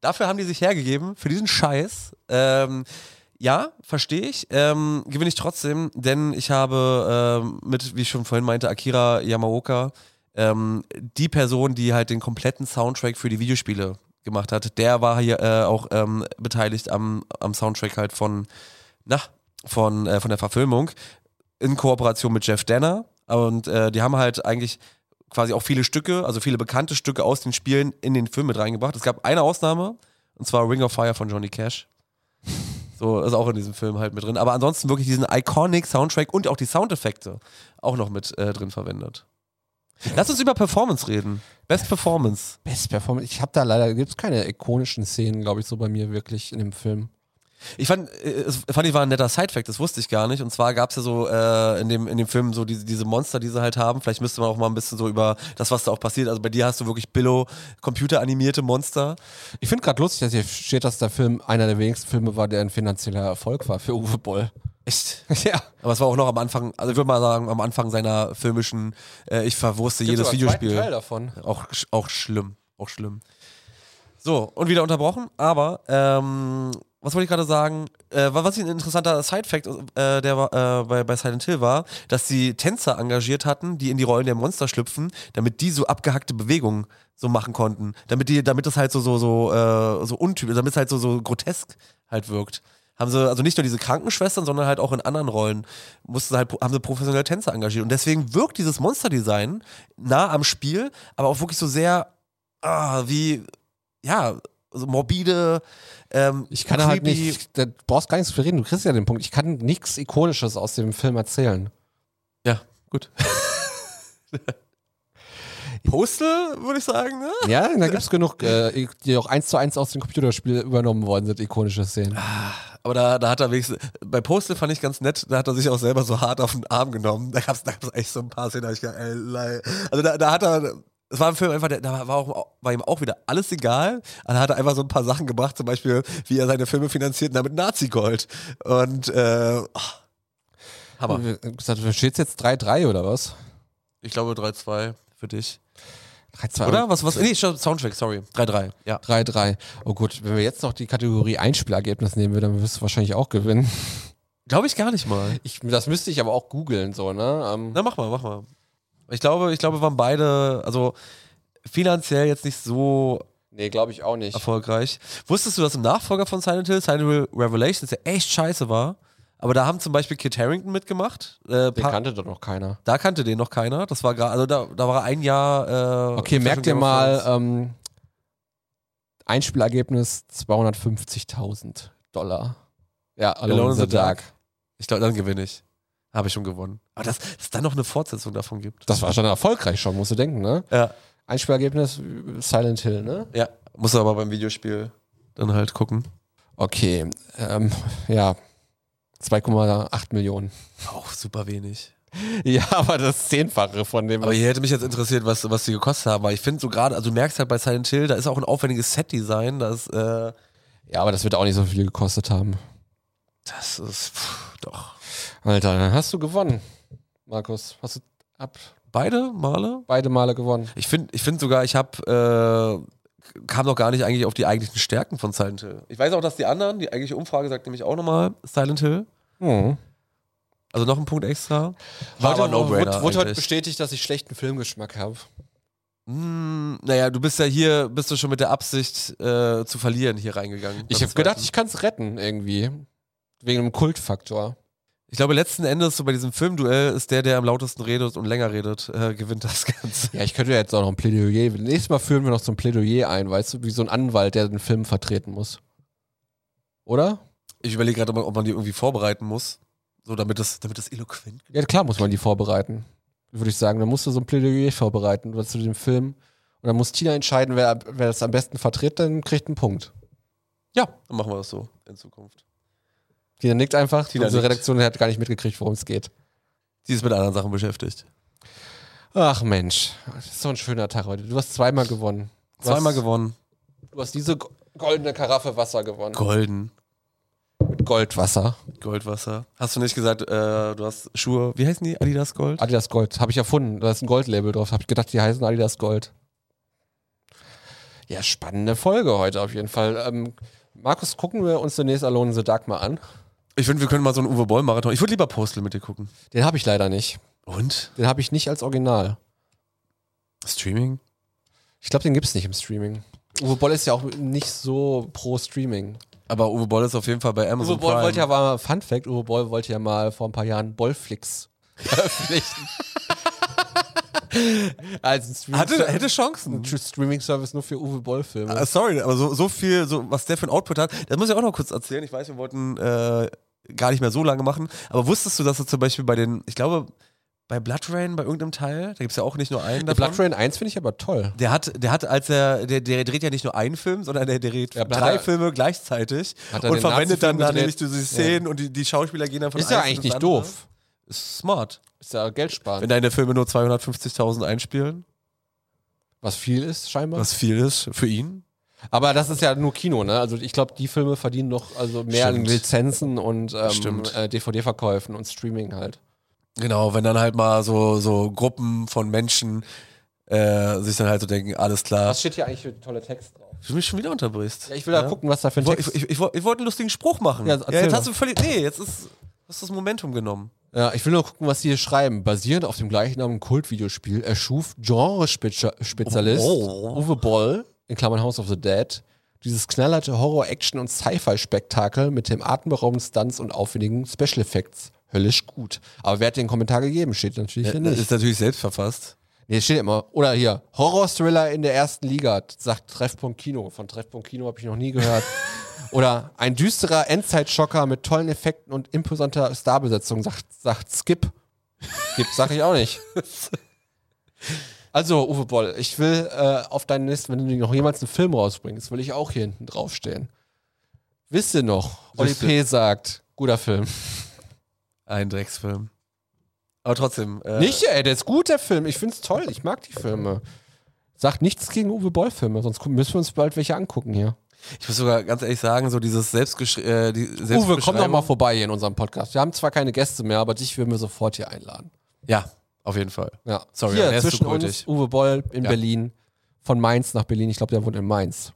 Speaker 1: dafür haben die sich hergegeben, für diesen Scheiß. Ähm, ja, verstehe ich. Ähm, gewinne ich trotzdem, denn ich habe ähm, mit, wie ich schon vorhin meinte, Akira Yamaoka, ähm, die Person, die halt den kompletten Soundtrack für die Videospiele gemacht hat, der war hier äh, auch ähm, beteiligt am, am Soundtrack halt von, na, von, äh, von der Verfilmung in Kooperation mit Jeff Danner. Und äh, die haben halt eigentlich quasi auch viele Stücke, also viele bekannte Stücke aus den Spielen in den Film mit reingebracht. Es gab eine Ausnahme, und zwar Ring of Fire von Johnny Cash. So, ist auch in diesem Film halt mit drin. Aber ansonsten wirklich diesen iconic Soundtrack und auch die Soundeffekte auch noch mit äh, drin verwendet. Lass uns über Performance reden. Best Performance.
Speaker 2: Best Performance. Ich habe da leider, gibt es keine ikonischen Szenen, glaube ich, so bei mir wirklich in dem Film.
Speaker 1: Ich fand, äh, es fand ich war ein netter Sidefact, das wusste ich gar nicht. Und zwar gab es ja so äh, in, dem, in dem Film so diese, diese Monster, die sie halt haben. Vielleicht müsste man auch mal ein bisschen so über das, was da auch passiert. Also bei dir hast du wirklich Billo, computeranimierte Monster.
Speaker 2: Ich finde gerade lustig, dass hier steht, dass der Film einer der wenigsten Filme war, der ein finanzieller Erfolg war für Uwe Boll.
Speaker 1: Echt?
Speaker 2: ja.
Speaker 1: Aber es war auch noch am Anfang, also ich würde mal sagen, am Anfang seiner filmischen, äh, ich verwurste jedes
Speaker 2: Teil
Speaker 1: Videospiel.
Speaker 2: davon.
Speaker 1: Auch, sch- auch schlimm, auch schlimm. So, und wieder unterbrochen, aber ähm, was wollte ich gerade sagen? Äh, wa- was ich ein interessanter Side-Fact, äh, der war, äh, bei, bei Silent Hill war, dass sie Tänzer engagiert hatten, die in die Rollen der Monster schlüpfen, damit die so abgehackte Bewegungen so machen konnten. Damit die, damit das halt so, so, so, äh, so untypisch, damit es halt so, so grotesk halt wirkt. Haben sie, also nicht nur diese Krankenschwestern, sondern halt auch in anderen Rollen mussten halt, haben sie professionelle Tänzer engagiert. Und deswegen wirkt dieses Monster-Design nah am Spiel, aber auch wirklich so sehr, ah, wie, ja, so morbide. Ähm,
Speaker 2: Ich kann halt
Speaker 1: creepy.
Speaker 2: nicht, da brauchst gar nichts zu reden, du kriegst ja den Punkt. Ich kann nichts Ikonisches aus dem Film erzählen.
Speaker 1: Ja, gut. Postal, würde ich sagen, ne?
Speaker 2: Ja, da gibt es genug, äh, die auch eins zu eins aus dem Computerspiel übernommen worden sind, ikonische Szenen.
Speaker 1: Aber da, da hat er wenigstens, bei Postal fand ich ganz nett, da hat er sich auch selber so hart auf den Arm genommen. Da gab es da gab's echt so ein paar Szenen, da hab ich gedacht, ey, lei. Also da, da hat er, es war ein Film einfach, der- da war, auch, war ihm auch wieder alles egal. Aber da hat er einfach so ein paar Sachen gemacht, zum Beispiel, wie er seine Filme finanziert, und damit Nazi-Gold. Und, äh, oh, Hammer.
Speaker 2: Steht jetzt 3-3 oder was?
Speaker 1: Ich glaube 3-2 für dich.
Speaker 2: 3-2.
Speaker 1: Oder? Was, was? Nee, schon Soundtrack, sorry. 3-3. Ja.
Speaker 2: 3-3. Oh gut, wenn wir jetzt noch die Kategorie Einspielergebnis nehmen würden, dann wirst du wahrscheinlich auch gewinnen.
Speaker 1: Glaube ich gar nicht mal.
Speaker 2: Ich, das müsste ich aber auch googeln, so, ne? Ähm,
Speaker 1: Na, mach mal, mach mal. Ich glaube, ich glaube, waren beide, also finanziell jetzt nicht so
Speaker 2: Nee, glaube ich auch nicht.
Speaker 1: erfolgreich. Wusstest du, dass im Nachfolger von Silent Hill, Silent Hill Revelations, der echt scheiße war, aber da haben zum Beispiel Kit Harrington mitgemacht. Äh,
Speaker 2: Den
Speaker 1: pa-
Speaker 2: kannte doch noch keiner.
Speaker 1: da kannte den noch keiner. Das war gerade, also da, da war er ein Jahr. Äh,
Speaker 2: Okay,
Speaker 1: Flash
Speaker 2: merkt
Speaker 1: und
Speaker 2: ihr
Speaker 1: Game of
Speaker 2: mal,
Speaker 1: Thrones.
Speaker 2: ähm, Einspielergebnis 250.000 Dollar. Ja, Alone, in the Dark. äh,
Speaker 1: Ich glaube, dann gewinne ich. Habe ich schon gewonnen. Aber dass dass es dann noch eine Fortsetzung davon gibt.
Speaker 2: Das war schon erfolgreich schon, musst du denken, ne?
Speaker 1: Ja,
Speaker 2: Einspielergebnis äh, Silent Hill, ne?
Speaker 1: ja. Muss aber beim Videospiel dann halt gucken.
Speaker 2: Okay, ähm, ja. 2,8 Millionen.
Speaker 1: Auch super wenig.
Speaker 2: Ja, aber das Zehnfache von dem.
Speaker 1: Aber hier hätte mich jetzt interessiert, was, was die gekostet haben. Weil ich finde so gerade, also du merkst halt bei Silent Hill, da ist auch ein aufwendiges Set-Design. Da ist, äh,
Speaker 2: ja, aber das wird auch nicht so viel gekostet haben.
Speaker 1: das ist, pff, doch.
Speaker 2: Alter, dann hast du gewonnen, Markus. Hast du ab
Speaker 1: Beide Male?
Speaker 2: beide Male gewonnen.
Speaker 1: Ich finde ich find sogar, ich habe, äh, kam noch gar nicht eigentlich auf die eigentlichen Stärken von Silent Hill. Ich weiß auch, dass die anderen, die eigentliche Umfrage sagt nämlich auch nochmal Silent Hill.
Speaker 2: Mhm.
Speaker 1: Also noch ein Punkt extra.
Speaker 2: War
Speaker 1: aber
Speaker 2: heute,
Speaker 1: No-Brainer
Speaker 2: wurde, wurde heute
Speaker 1: eigentlich.
Speaker 2: bestätigt, dass ich schlechten Filmgeschmack habe.
Speaker 1: Hm, naja, du bist ja hier, bist du schon mit der Absicht äh, zu verlieren hier reingegangen. halt
Speaker 2: Ich habe gedacht, ich kann es retten irgendwie. Wegen einem Kultfaktor.
Speaker 1: Ich glaube, letzten Endes so bei diesem Filmduell ist der, der am lautesten redet und länger redet, äh, gewinnt das Ganze.
Speaker 2: Ja, ich könnte ja jetzt auch noch ein Plädoyer. Nächstes Mal führen wir noch so ein Plädoyer ein, weißt du, wie so ein Anwalt, der den Film vertreten muss. Oder?
Speaker 1: Ich überlege gerade, ob man- ob man die irgendwie vorbereiten muss. So, damit das, damit das eloquent.
Speaker 2: Ja, klar muss man die vorbereiten. Würde ich sagen. Dann musst du so ein Plädoyer vorbereiten oder zu dem Film. Und dann muss Tina entscheiden, wer, wer das am besten vertritt, dann kriegt einen Punkt.
Speaker 1: Ja, dann machen wir das so in Zukunft.
Speaker 2: Tina nickt einfach.
Speaker 1: Tina
Speaker 2: Unsere
Speaker 1: nickt.
Speaker 2: Redaktion hat gar nicht mitgekriegt, worum es geht.
Speaker 1: Die ist mit anderen Sachen beschäftigt.
Speaker 2: Ach Mensch, das ist so ein schöner Tag heute. Du hast zweimal gewonnen. Du
Speaker 1: Zweimal
Speaker 2: hast,
Speaker 1: gewonnen.
Speaker 2: Du hast diese go- goldene Karaffe Wasser gewonnen.
Speaker 1: Golden.
Speaker 2: Mit Goldwasser.
Speaker 1: Goldwasser. Hast du nicht gesagt, äh, du hast Schuhe, wie heißen die? Adidas Gold?
Speaker 2: Adidas Gold. Habe ich erfunden. Da ist ein Goldlabel drauf. Habe ich gedacht, die heißen Adidas Gold. Ja, spannende Folge heute auf jeden Fall. Ähm, Markus, gucken wir uns zunächst Alone in the Dark mal an.
Speaker 1: Ich finde, wir können mal so einen Uwe Boll Marathon. Ich würde lieber Postel mit dir gucken.
Speaker 2: Den habe ich leider nicht.
Speaker 1: Und?
Speaker 2: Den habe ich nicht als Original.
Speaker 1: Streaming?
Speaker 2: Ich glaube, den gibt es nicht im Streaming. Uwe Boll ist ja auch nicht so pro Streaming. Also
Speaker 1: Aber Uwe Boll ist auf jeden Fall bei Amazon
Speaker 2: Uwe Boll
Speaker 1: Prime.
Speaker 2: wollte ja mal, Fun Fact, Uwe Boll wollte ja mal vor ein paar Jahren Bollflix veröffentlichen. Als ein Streaming-
Speaker 1: Hatte- hätte Chancen.
Speaker 2: Ein Streaming-Service nur für Uwe Boll-Filme.
Speaker 1: Ah, sorry, aber so, so viel, so, was der für ein Output hat, das muss ich auch noch kurz erzählen. Ich weiß, wir wollten äh, gar nicht mehr so lange machen, aber wusstest du, dass er zum Beispiel bei den, ich glaube, bei Blood Rain, bei irgendeinem Teil, da gibt es ja auch nicht nur einen
Speaker 2: Der
Speaker 1: davon.
Speaker 2: Blood Rain 1 finde ich aber toll.
Speaker 1: Der hat, der hat, als er, der, der dreht ja nicht nur einen Film, sondern der dreht
Speaker 2: Ja, hat
Speaker 1: drei
Speaker 2: er-
Speaker 1: Filme gleichzeitig
Speaker 2: Hat er
Speaker 1: und
Speaker 2: den
Speaker 1: verwendet dann,
Speaker 2: Nazi-Film
Speaker 1: dann
Speaker 2: gedreht?
Speaker 1: nämlich diese Szenen und die, die Schauspieler gehen dann von
Speaker 2: Ist ja
Speaker 1: eins
Speaker 2: eigentlich
Speaker 1: ins
Speaker 2: nicht
Speaker 1: andere.
Speaker 2: doof. Also
Speaker 1: Ist smart.
Speaker 2: Ist ja Geld sparen.
Speaker 1: Wenn deine Filme nur 250.000 einspielen,
Speaker 2: Was viel ist, scheinbar.
Speaker 1: was viel ist für ihn.
Speaker 2: Aber das ist ja nur Kino, ne? Also ich glaube, die Filme verdienen noch also mehr
Speaker 1: Stimmt.
Speaker 2: an Lizenzen und ähm,
Speaker 1: Stimmt.
Speaker 2: äh, DVD-Verkäufen und Streaming halt.
Speaker 1: Genau, wenn dann halt mal so, so Gruppen von Menschen äh, sich dann halt so denken, alles klar.
Speaker 2: Was steht hier eigentlich für tolle Text drauf?
Speaker 1: Du mich schon wieder unterbrichst.
Speaker 2: Ja, ich will da
Speaker 1: Ja.
Speaker 2: gucken, was da für ein
Speaker 1: Ich, woll-
Speaker 2: Text
Speaker 1: ich, ich, ich, woll- ich wollte einen lustigen Spruch machen.
Speaker 2: Ja,
Speaker 1: Ja,
Speaker 2: erzähl
Speaker 1: jetzt
Speaker 2: doch.
Speaker 1: hast du völlig. Nee, jetzt ist hast du das Momentum genommen.
Speaker 2: Ja, ich will nur gucken, was sie hier schreiben. Basierend auf dem gleichnamigen Kultvideospiel erschuf Genre-Spezialist
Speaker 1: Oh.
Speaker 2: Uwe Boll, in Klammern House of the Dead, dieses knallharte Horror-Action- und Sci-Fi-Spektakel mit dem atemberaubenden Stunts und aufwendigen Special Effects. Höllisch gut. Aber wer hat den Kommentar gegeben? Steht natürlich hier
Speaker 1: ist
Speaker 2: nicht.
Speaker 1: natürlich selbst verfasst.
Speaker 2: Nee, steht immer. Oder hier, Horror-Thriller in der ersten Liga, sagt Treffpunkt Kino. Von Treffpunkt Kino habe ich noch nie gehört. Oder ein düsterer Endzeit-Schocker mit tollen Effekten und imposanter Starbesetzung, sagt, sagt Skip. Skip sag ich auch nicht. Also, Uwe Boll, ich will äh, auf deinen List, wenn du noch jemals einen Film rausbringst, will ich auch hier hinten draufstehen. Wisst ihr noch, Oli
Speaker 1: Wisst ihr.
Speaker 2: P. sagt, guter Film.
Speaker 1: Ein Drecksfilm. Aber trotzdem. Äh,
Speaker 2: Nicht, ey, der ist gut, der Film. Ich find's toll. Ich mag die Filme. Sagt nichts gegen Uwe Boll-Filme, sonst gu- müssen wir uns bald welche angucken hier.
Speaker 1: Ich muss sogar ganz ehrlich sagen, so dieses Selbstgesch äh, die
Speaker 2: Uwe, komm doch
Speaker 1: Selbstbeschreibung-
Speaker 2: mal vorbei hier in unserem Podcast. Wir haben zwar keine Gäste mehr, aber dich würden wir sofort hier einladen.
Speaker 1: Ja, auf jeden Fall.
Speaker 2: Ja.
Speaker 1: Sorry, aber
Speaker 2: hier
Speaker 1: der ist zu
Speaker 2: zwischen uns
Speaker 1: kultig.
Speaker 2: Uwe Boll in
Speaker 1: Ja.
Speaker 2: Berlin, von Mainz nach Berlin. Ich glaube, der wohnt in Mainz.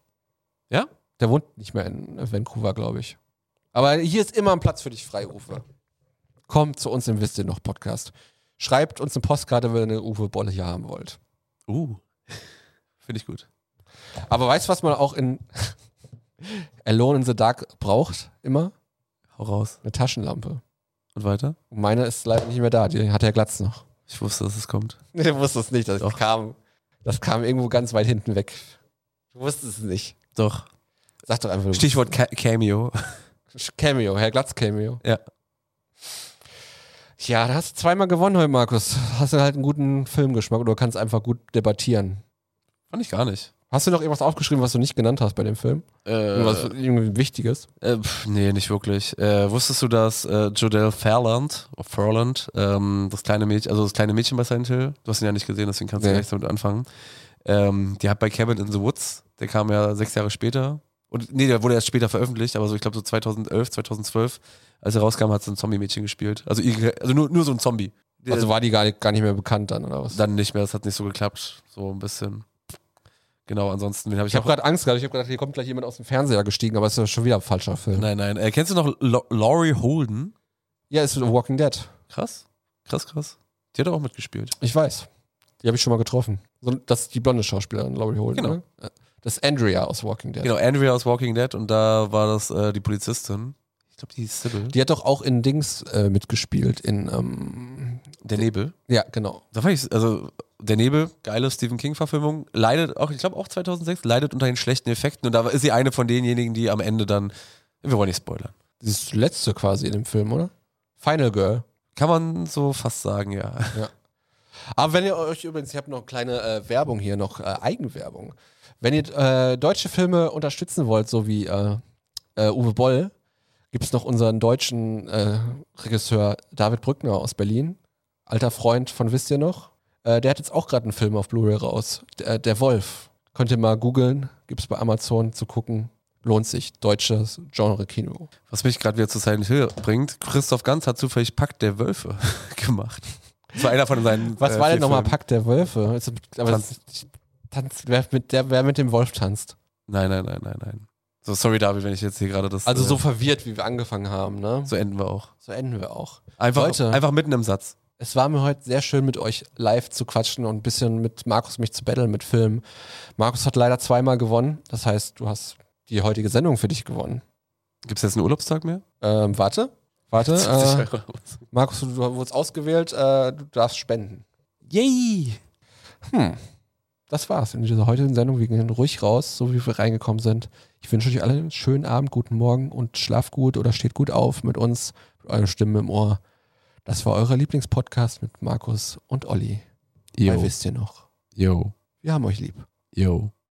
Speaker 1: Ja?
Speaker 2: Der wohnt nicht mehr in Vancouver, glaube ich. Aber hier ist immer ein Platz für dich frei, Uwe. Komm zu uns im Wisst ihr noch Podcast. Schreibt uns eine Postkarte, wenn ihr Uwe Boll hier haben wollt.
Speaker 1: Uh. Finde ich gut.
Speaker 2: Aber weißt du, was man auch in Alone in the Dark braucht? Immer?
Speaker 1: Hau raus.
Speaker 2: Eine Taschenlampe.
Speaker 1: Und weiter?
Speaker 2: Und meine ist leider nicht mehr da. Die hat der Glatz noch.
Speaker 1: Ich wusste, dass es kommt.
Speaker 2: Du wusstest nicht, das
Speaker 1: Doch.
Speaker 2: kam. Das kam irgendwo ganz weit hinten weg. Du wusstest es nicht.
Speaker 1: Doch.
Speaker 2: Sag doch einfach.
Speaker 1: Stichwort Ca Cameo.
Speaker 2: Cameo, Herr Glatz Cameo.
Speaker 1: Ja.
Speaker 2: Ja, da hast du zweimal gewonnen heute, Markus. Hast du halt einen guten Filmgeschmack oder kannst einfach gut debattieren.
Speaker 1: Fand ich gar nicht.
Speaker 2: Hast du noch irgendwas aufgeschrieben, was du nicht genannt hast bei dem Film? Irgendwas irgendwie Wichtiges?
Speaker 1: Äh, pf, nee, nicht wirklich. Äh, wusstest du, dass äh, Jodelle Fairland, oh, Furland, ähm, das kleine Mädchen, also das kleine Mädchen bei Silent Hill, du hast ihn ja nicht gesehen, deswegen kannst du
Speaker 2: Nee.
Speaker 1: gleich damit anfangen. Ähm, die hat bei Cabin in the Woods, der kam ja sechs Jahre später. Und nee, der wurde erst später veröffentlicht, aber so, ich glaube so 2011, 2012, als er rauskam, hat so ein Zombie-Mädchen gespielt. Also, ihre- also nur, nur so ein Zombie.
Speaker 2: Also war die gar nicht, gar nicht mehr bekannt dann, oder was?
Speaker 1: Dann nicht mehr, das hat nicht so geklappt. So ein bisschen. Genau, ansonsten, wen habe ich,
Speaker 2: ich habe
Speaker 1: auch-
Speaker 2: gerade Angst gehabt. Ich habe gedacht, hier kommt gleich jemand aus dem Fernseher gestiegen, aber es ist ja schon wieder ein falscher Film.
Speaker 1: Nein, nein. Äh, kennst du noch Lo- Laurie Holden?
Speaker 2: Ja, es ist Walking Dead.
Speaker 1: Krass. Krass, krass. Die hat auch mitgespielt.
Speaker 2: Ich weiß. Die habe ich schon mal getroffen. So, Das ist die blonde Schauspielerin, Laurie Holden.
Speaker 1: Genau.
Speaker 2: Ne? Das ist Andrea aus Walking Dead.
Speaker 1: Genau, Andrea aus Walking Dead und da war das äh, die Polizistin. Ich glaube, die ist Sybil.
Speaker 2: Die hat doch auch in Dings äh, mitgespielt. In, ähm,
Speaker 1: der Nebel.
Speaker 2: ja, genau.
Speaker 1: Da fand ich, also der Nebel, geile Stephen King-Verfilmung, leidet auch, ich glaube auch 2006, leidet unter den schlechten Effekten und da ist sie eine von denjenigen, die am Ende dann, wir wollen nicht spoilern.
Speaker 2: Das letzte quasi in dem Film, oder? Final Girl.
Speaker 1: Kann man so fast sagen, ja.
Speaker 2: Aber wenn ihr euch übrigens, ich habe noch kleine äh, Werbung hier, noch äh, Eigenwerbung. Wenn ihr äh, deutsche Filme unterstützen wollt, so wie äh, äh, Uwe Boll, gibt es noch unseren deutschen äh, Regisseur David Brückner aus Berlin, alter Freund von Wisst ihr noch? Äh, der hat jetzt auch gerade einen Film auf Blu-ray raus, der, äh, der Wolf. Könnt ihr mal googeln, gibt es bei Amazon zu gucken. Lohnt sich, deutsches Genre-Kino.
Speaker 1: Was mich gerade wieder zu Silent Hill bringt, Christoph Ganz hat zufällig Pakt der Wölfe gemacht. Das war einer von seinen.
Speaker 2: Was
Speaker 1: äh,
Speaker 2: war
Speaker 1: vier
Speaker 2: denn nochmal
Speaker 1: Filmen.
Speaker 2: Pakt der Wölfe? Ist- Aber
Speaker 1: Tanz.
Speaker 2: Tanz. Tanz, wer, mit, der, wer mit dem Wolf tanzt.
Speaker 1: Nein, nein, nein, nein, nein. So, sorry, David, wenn ich jetzt hier gerade das.
Speaker 2: Also so
Speaker 1: äh,
Speaker 2: verwirrt, wie wir angefangen haben, ne?
Speaker 1: so enden wir auch.
Speaker 2: So enden wir auch.
Speaker 1: Einfach,
Speaker 2: Leute.
Speaker 1: einfach mitten im Satz.
Speaker 2: Es war mir heute sehr schön, mit euch live zu quatschen und ein bisschen mit Markus mich zu battlen mit Filmen. Markus hat leider zweimal gewonnen. Das heißt, du hast die heutige Sendung für dich gewonnen.
Speaker 1: Gibt es jetzt einen Urlaubstag mehr?
Speaker 2: Ähm, warte, warte. Äh,
Speaker 1: Euro.
Speaker 2: Markus, du wurdest ausgewählt. Äh, du darfst spenden.
Speaker 1: Yay!
Speaker 2: Hm. Das war's in dieser heutigen Sendung. Wir gehen ruhig raus, so wie wir reingekommen sind. Ich wünsche euch alle einen schönen Abend, guten Morgen und schlaft gut oder steht gut auf mit uns, mit euren Stimmen im Ohr. Das war euer Lieblingspodcast mit Markus und Olli. Ihr wisst ihr noch.
Speaker 1: yo,
Speaker 2: Wir haben euch lieb.
Speaker 1: yo.